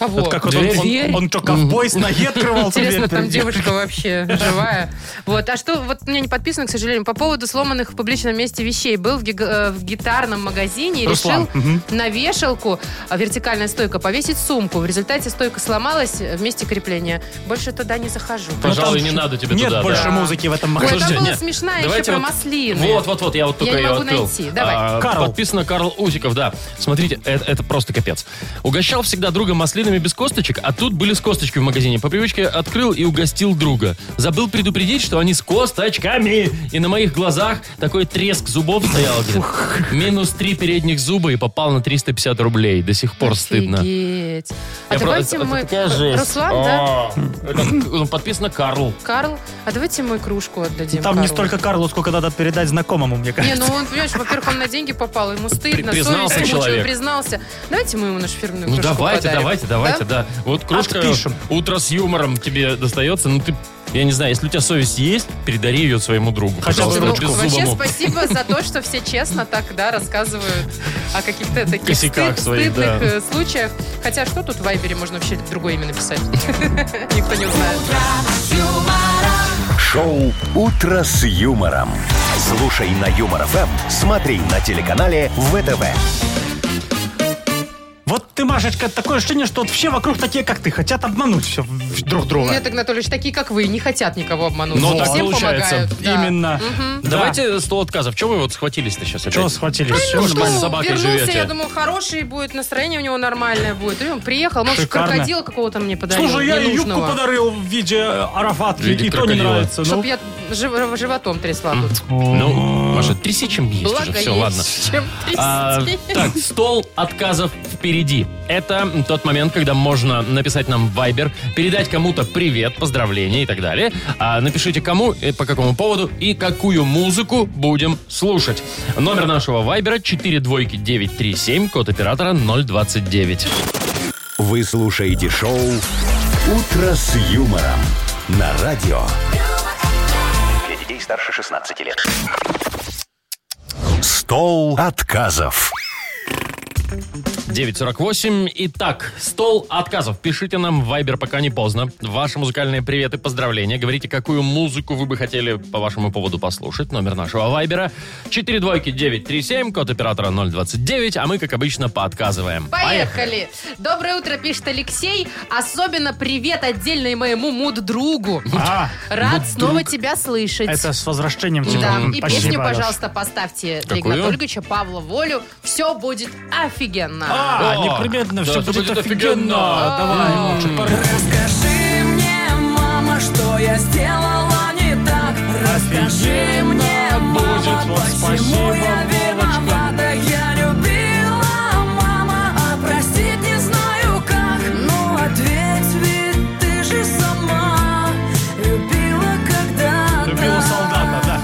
Speaker 4: А вот.
Speaker 3: Как вот он, он,
Speaker 4: Дверь.
Speaker 3: он, что, ковбой с ноги открывал?
Speaker 4: Интересно,
Speaker 3: дверь
Speaker 4: там
Speaker 3: перед ним?
Speaker 4: девушка вообще живая. Вот. А что, вот у меня не подписано, к сожалению, по поводу сломанных в публичном месте вещей. Был в, гиг- э, в гитарном магазине и
Speaker 3: Руслан,
Speaker 4: решил на вешалку а, вертикальная стойка повесить сумку. В результате стойка сломалась э, в месте крепления. Больше туда не захожу.
Speaker 3: Ну,
Speaker 2: Пожалуй,
Speaker 3: там
Speaker 2: не надо тебе
Speaker 3: Нет
Speaker 2: туда. да.
Speaker 3: больше музыки в этом
Speaker 4: Ой,
Speaker 3: магазине.
Speaker 4: там
Speaker 2: Слушайте,
Speaker 4: была
Speaker 2: нет,
Speaker 4: смешная
Speaker 2: давайте
Speaker 4: еще про
Speaker 2: вот-
Speaker 4: маслины.
Speaker 2: Вот, вот, вот, я вот только
Speaker 4: не
Speaker 2: ее
Speaker 4: могу
Speaker 2: открыл.
Speaker 4: найти. Давай.
Speaker 2: А,
Speaker 3: Карл.
Speaker 2: Подписано Карл Усиков, да. Смотрите, это, это просто капец. Угощал всегда друга маслинами без косточек, а тут были с косточкой в магазине. По привычке открыл и угостил друга. Забыл предупредить, что они с косточками. И на моих глазах такой треск зубов стоял. говорит. Минус три передних зуба и попал на 350 рублей. До сих пор стыдно.
Speaker 4: Офигеть. А
Speaker 2: Я про-
Speaker 4: давайте
Speaker 2: это- это
Speaker 4: мы...
Speaker 2: такая жесть.
Speaker 4: Руслан, да?
Speaker 2: А, это, ну, Подписано Карл.
Speaker 4: Карл? А давайте мы кружку отдадим
Speaker 3: Там не
Speaker 4: Карлу.
Speaker 3: столько Карлу, сколько надо передать знакомому, мне
Speaker 4: Не,
Speaker 3: кажется.
Speaker 4: ну он, понимаешь, во-первых, он на деньги попал, ему
Speaker 2: При-
Speaker 4: стыдно,
Speaker 2: признался
Speaker 4: совесть мучила,
Speaker 2: человек.
Speaker 4: признался. Давайте мы ему нашу фирменную
Speaker 2: Ну
Speaker 4: кружку
Speaker 2: давайте,
Speaker 4: подарим.
Speaker 2: давайте, давайте, да? А Вот кружка
Speaker 3: Отпишем.
Speaker 2: утро с юмором тебе достается. Ну ты, я не знаю, если у тебя совесть есть, передари ее своему другу.
Speaker 3: Хотя бы
Speaker 2: пожалуйста,
Speaker 4: Ну,
Speaker 3: ручку.
Speaker 4: вообще
Speaker 2: беззубому.
Speaker 4: спасибо за то, что все честно так, да, рассказывают о каких-то таких
Speaker 2: Косяках
Speaker 4: стыд-
Speaker 2: своих,
Speaker 4: стыдных
Speaker 2: да.
Speaker 4: э, случаях. Хотя что тут в Вайбере можно вообще другое имя написать? Никто не узнает.
Speaker 1: Шоу «Утро с юмором». Слушай на Юмор ФМ, смотри на телеканале ВТВ.
Speaker 3: Вот ты, Машечка, такое ощущение, что вот все вокруг такие, как ты, хотят обмануть все друг друга.
Speaker 4: Нет, Анатольевич, такие, как вы, не хотят никого обмануть.
Speaker 2: Ну, так
Speaker 4: Всем
Speaker 2: получается.
Speaker 4: помогают. да.
Speaker 3: Именно. Да.
Speaker 2: Давайте стол отказов. Чего вы вот схватились-то сейчас
Speaker 3: Чего
Speaker 2: опять?
Speaker 3: схватились?
Speaker 2: Чего ж
Speaker 4: Ну,
Speaker 2: вы с собакой
Speaker 4: вернулся, я
Speaker 2: живете?
Speaker 4: думаю, хороший будет, настроение у него нормальное будет. И он приехал, может,
Speaker 3: Шикарно.
Speaker 4: крокодила какого-то мне подарил,
Speaker 3: Слушай, я и юбку
Speaker 4: ненужного.
Speaker 3: подарил в виде э, арафатки,
Speaker 2: В виде
Speaker 3: и то не
Speaker 2: крокодила.
Speaker 3: нравится. Ну,
Speaker 4: Чтоб я жив- животом трясла тут.
Speaker 2: Ну, Маша, тряси чем есть уже.
Speaker 4: Благо
Speaker 2: Все, ладно.
Speaker 4: есть чем
Speaker 2: А,
Speaker 4: трясти.
Speaker 2: так, стол отказов впереди. Это тот момент, когда можно написать нам в Viber, передать кому-то привет, поздравления и так далее. А, напишите кому, э, по какому поводу и какую музыку будем слушать. Номер нашего Viber 42937, код оператора 029.
Speaker 1: Вы слушаете шоу «Утро с юмором» на радио.
Speaker 5: Для детей старше 16 лет.
Speaker 1: Стол отказов.
Speaker 2: 948. Итак, стол отказов. Пишите нам в Viber, пока не поздно. Ваши музыкальные приветы, поздравления. Говорите, какую музыку вы бы хотели по вашему поводу послушать. Номер нашего Вайбера 42937, код оператора 029. А мы, как обычно, поотказываем.
Speaker 4: Поехали. Доброе утро, пишет Алексей. Особенно привет отдельно и моему муд-другу.
Speaker 3: А,
Speaker 4: Рад снова тебя слышать.
Speaker 3: это с возвращением тебя.
Speaker 4: Да,
Speaker 3: М,
Speaker 4: и
Speaker 3: спасибо,
Speaker 4: песню,
Speaker 3: Алёш.
Speaker 4: пожалуйста, поставьте для
Speaker 2: Какую?
Speaker 4: Игнатольевича Павла Волю. Все будет офигенно.
Speaker 3: А,
Speaker 2: О, да,
Speaker 3: непременно, все
Speaker 2: это
Speaker 3: будет
Speaker 2: будет
Speaker 3: офигенно.
Speaker 2: офигенно.
Speaker 3: Давай, лучше порыв.
Speaker 8: Расскажи мне, мама, что я сделала не так. Расскажи мне,
Speaker 3: будет,
Speaker 8: мама,
Speaker 3: вот
Speaker 8: почему
Speaker 3: спасибо,
Speaker 8: я виновата. Я любила, мама, а простить не знаю как. Ну ответь, ведь ты же сама любила когда-то.
Speaker 3: Любила солдата, да.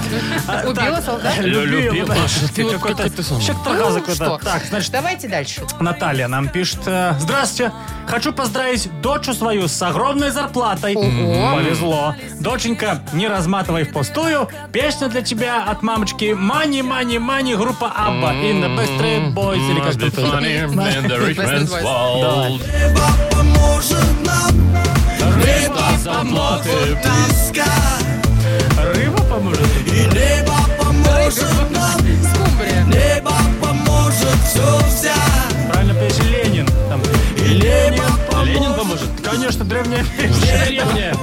Speaker 4: Убила солдата?
Speaker 2: Лю- любила.
Speaker 3: Маша, ты
Speaker 2: Ну,
Speaker 3: какой-то...
Speaker 2: как это самое?
Speaker 3: Человек
Speaker 4: Ну,
Speaker 3: торгаза какой-то.
Speaker 4: что?
Speaker 3: Так, значит,
Speaker 4: Давайте дальше.
Speaker 3: Наталья нам пишет. э, Здравствуйте. Хочу поздравить дочу свою с огромной зарплатой.
Speaker 4: Ого.
Speaker 3: Повезло. Доченька, не разматывай впустую. Песня для тебя от мамочки Мани, Мани, Мани, группа Абба. И на Backstreet Boys или как
Speaker 2: Must be
Speaker 3: то
Speaker 2: funny in the rich man's
Speaker 4: Boys.
Speaker 2: world. Рыба заплатит.
Speaker 3: Рыба поможет.
Speaker 4: Скумбрия.
Speaker 3: Правильно, песня Ленин. Там. Ленин, Ленин поможет. Конечно, древняя песня.
Speaker 2: Древняя.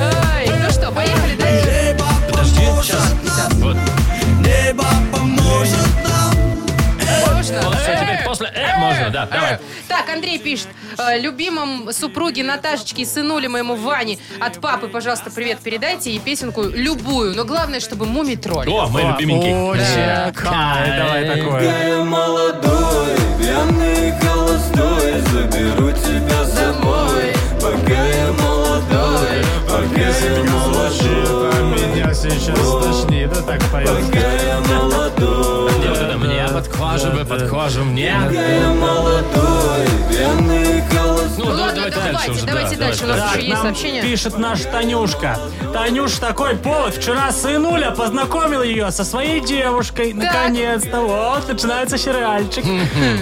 Speaker 4: Ай, ну что, поехали дальше.
Speaker 2: Подожди, сейчас. Вот.
Speaker 4: Можно?
Speaker 2: Всё,
Speaker 4: Э,
Speaker 2: теперь после «э» можно, да, давай.
Speaker 4: Так, Андрей пишет. э, Любимом супруге Наташечке и сынуле моему Ване от папы, пожалуйста, привет передайте. И песенку любую. Но главное, чтобы муми-тролль.
Speaker 2: О, мои любименькие.
Speaker 3: Очень. Кай, давай такое.
Speaker 8: Я молодой, пьяный, холостой Заберу тебя с собой Пока я молодой, пока я молодой
Speaker 3: Меня сейчас тошнит, да так поет.
Speaker 8: Пока я молодой,
Speaker 2: Где вот это мне под кожу, вы под кожу мне.
Speaker 8: пока я молодой Пьяный, холостой
Speaker 2: Ну,
Speaker 4: Ну
Speaker 2: да,
Speaker 4: ладно,
Speaker 2: давайте
Speaker 4: давайте,
Speaker 2: дальше уже,
Speaker 4: давайте
Speaker 2: да,
Speaker 4: дальше. У
Speaker 2: давайте
Speaker 4: нас
Speaker 3: Так,
Speaker 4: еще есть
Speaker 3: нам
Speaker 4: сообщение.
Speaker 3: пишет наш Танюшка. Танюш такой повод. Вчера сынуля познакомил ее со своей девушкой. Наконец-то. Вот, начинается сериальчик.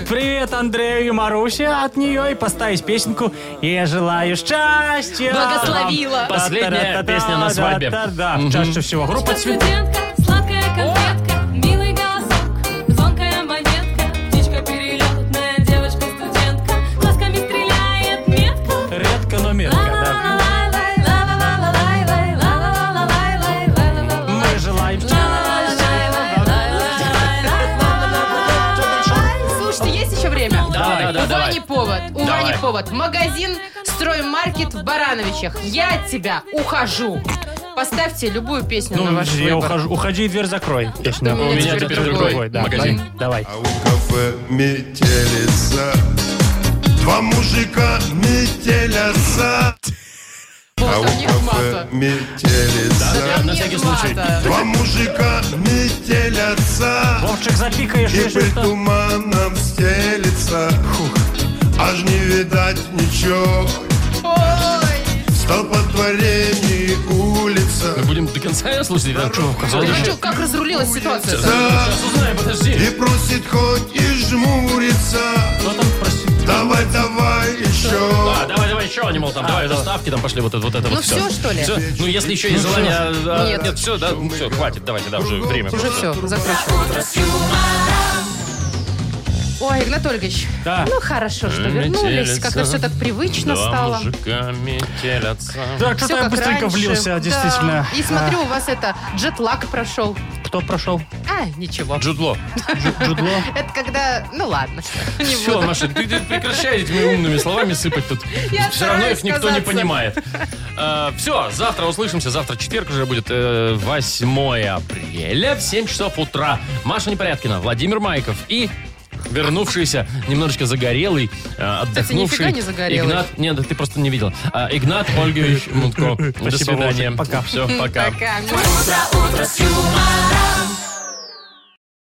Speaker 3: Привет Андрею и Марусе от нее. И поставить песенку «Я желаю счастья».
Speaker 4: Благословила.
Speaker 2: Последняя песня на свадьбе.
Speaker 3: Да, чаще всего. Группа «Цветы».
Speaker 8: Студентка, сладкая конфетка, милый голосок, звонкая монетка, птичка перелетная, девочка-студентка, глазками стреляет метко.
Speaker 3: Редко, но метко, да.
Speaker 8: Ла-ла-лай-лай, ла-ла-ла-лай-лай, ла-ла-ла-лай-лай, ла-ла-ла-лай-лай.
Speaker 3: Мы желаем
Speaker 4: Слушайте, есть еще время?
Speaker 2: Давай, да,
Speaker 4: у
Speaker 2: давай.
Speaker 4: Вани повод. У
Speaker 2: Давай.
Speaker 4: Вани повод. Магазин «Строймаркет» в Барановичах. Я от тебя ухожу. Поставьте любую песню на
Speaker 3: Ну,
Speaker 4: ваш
Speaker 3: я
Speaker 4: выбор.
Speaker 3: ухожу. Уходи и дверь закрой. Песня.
Speaker 4: У меня У меня теперь теперь другой
Speaker 2: другой,
Speaker 3: да.
Speaker 2: магазин.
Speaker 3: Давай.
Speaker 10: А у кафе метелица Два мужика метелятся А у
Speaker 4: Боже, мне
Speaker 10: кафе
Speaker 4: мата.
Speaker 10: метелица
Speaker 4: Прям
Speaker 2: на
Speaker 4: нет
Speaker 2: всякий случай.
Speaker 4: мата.
Speaker 10: Два мужика метелятся
Speaker 3: Вовчик, запикаешь,
Speaker 10: И
Speaker 3: если
Speaker 10: пыль
Speaker 3: что.
Speaker 10: туманом стелится Фух. Аж не видать ничего Встал по дворении улица
Speaker 2: Будем до конца ее слушать? ребят?
Speaker 4: Я хочу, как разрулилась ситуация.
Speaker 2: Сейчас узнаем, подожди.
Speaker 10: И просит хоть и жмурится
Speaker 3: Кто там просит?
Speaker 10: Давай, давай еще
Speaker 2: А, давай, давай, еще они, мол, там, давай, уже ставки там пошли, вот это вот это
Speaker 4: Ну
Speaker 2: вот
Speaker 4: всё, что ли?
Speaker 2: Всё? Ну, если еще есть желание... а,
Speaker 4: Нет.
Speaker 2: Нет, все, да, ну, все, хватит, давайте, да, уже время.
Speaker 4: Уже все, закручиваю. Ой, Игнат Ольгович,
Speaker 3: Да.
Speaker 4: ну хорошо, что
Speaker 2: М,
Speaker 4: вернулись.
Speaker 2: метелица.
Speaker 4: Как-то все так привычно
Speaker 2: Два
Speaker 4: стало.
Speaker 2: мужика метелятся.
Speaker 3: Да,
Speaker 4: Всё
Speaker 3: что-то я
Speaker 4: как
Speaker 3: быстренько
Speaker 4: раньше.
Speaker 3: влился,
Speaker 4: Да.
Speaker 3: действительно.
Speaker 4: И смотрю, у вас это джетлаг прошел.
Speaker 3: А, кто прошел?
Speaker 4: А, ничего.
Speaker 2: Джудло.
Speaker 3: Джудло.
Speaker 4: Это когда, ну ладно, не
Speaker 2: Все,
Speaker 4: буду.
Speaker 2: Маша, ты, ты прекращай этими умными словами сыпать тут.
Speaker 4: Я
Speaker 2: все равно
Speaker 4: стараюсь
Speaker 2: их никто не
Speaker 4: казаться.
Speaker 2: понимает. все, завтра услышимся. Завтра четверг уже будет э, 8 апреля в 7 часов утра. Маша Непорядкина, Владимир Майков и вернувшийся, немножечко загорелый, э, отдохнувший.
Speaker 4: нифига не загорелый.
Speaker 2: Игнат, нет, да ты просто не видел. А, Игнат Ольгович Мутко. До
Speaker 3: Спасибо,
Speaker 2: свидания.
Speaker 3: Вовчик. Пока.
Speaker 2: Все, пока.
Speaker 4: Пока.
Speaker 8: Утро, утро с юмором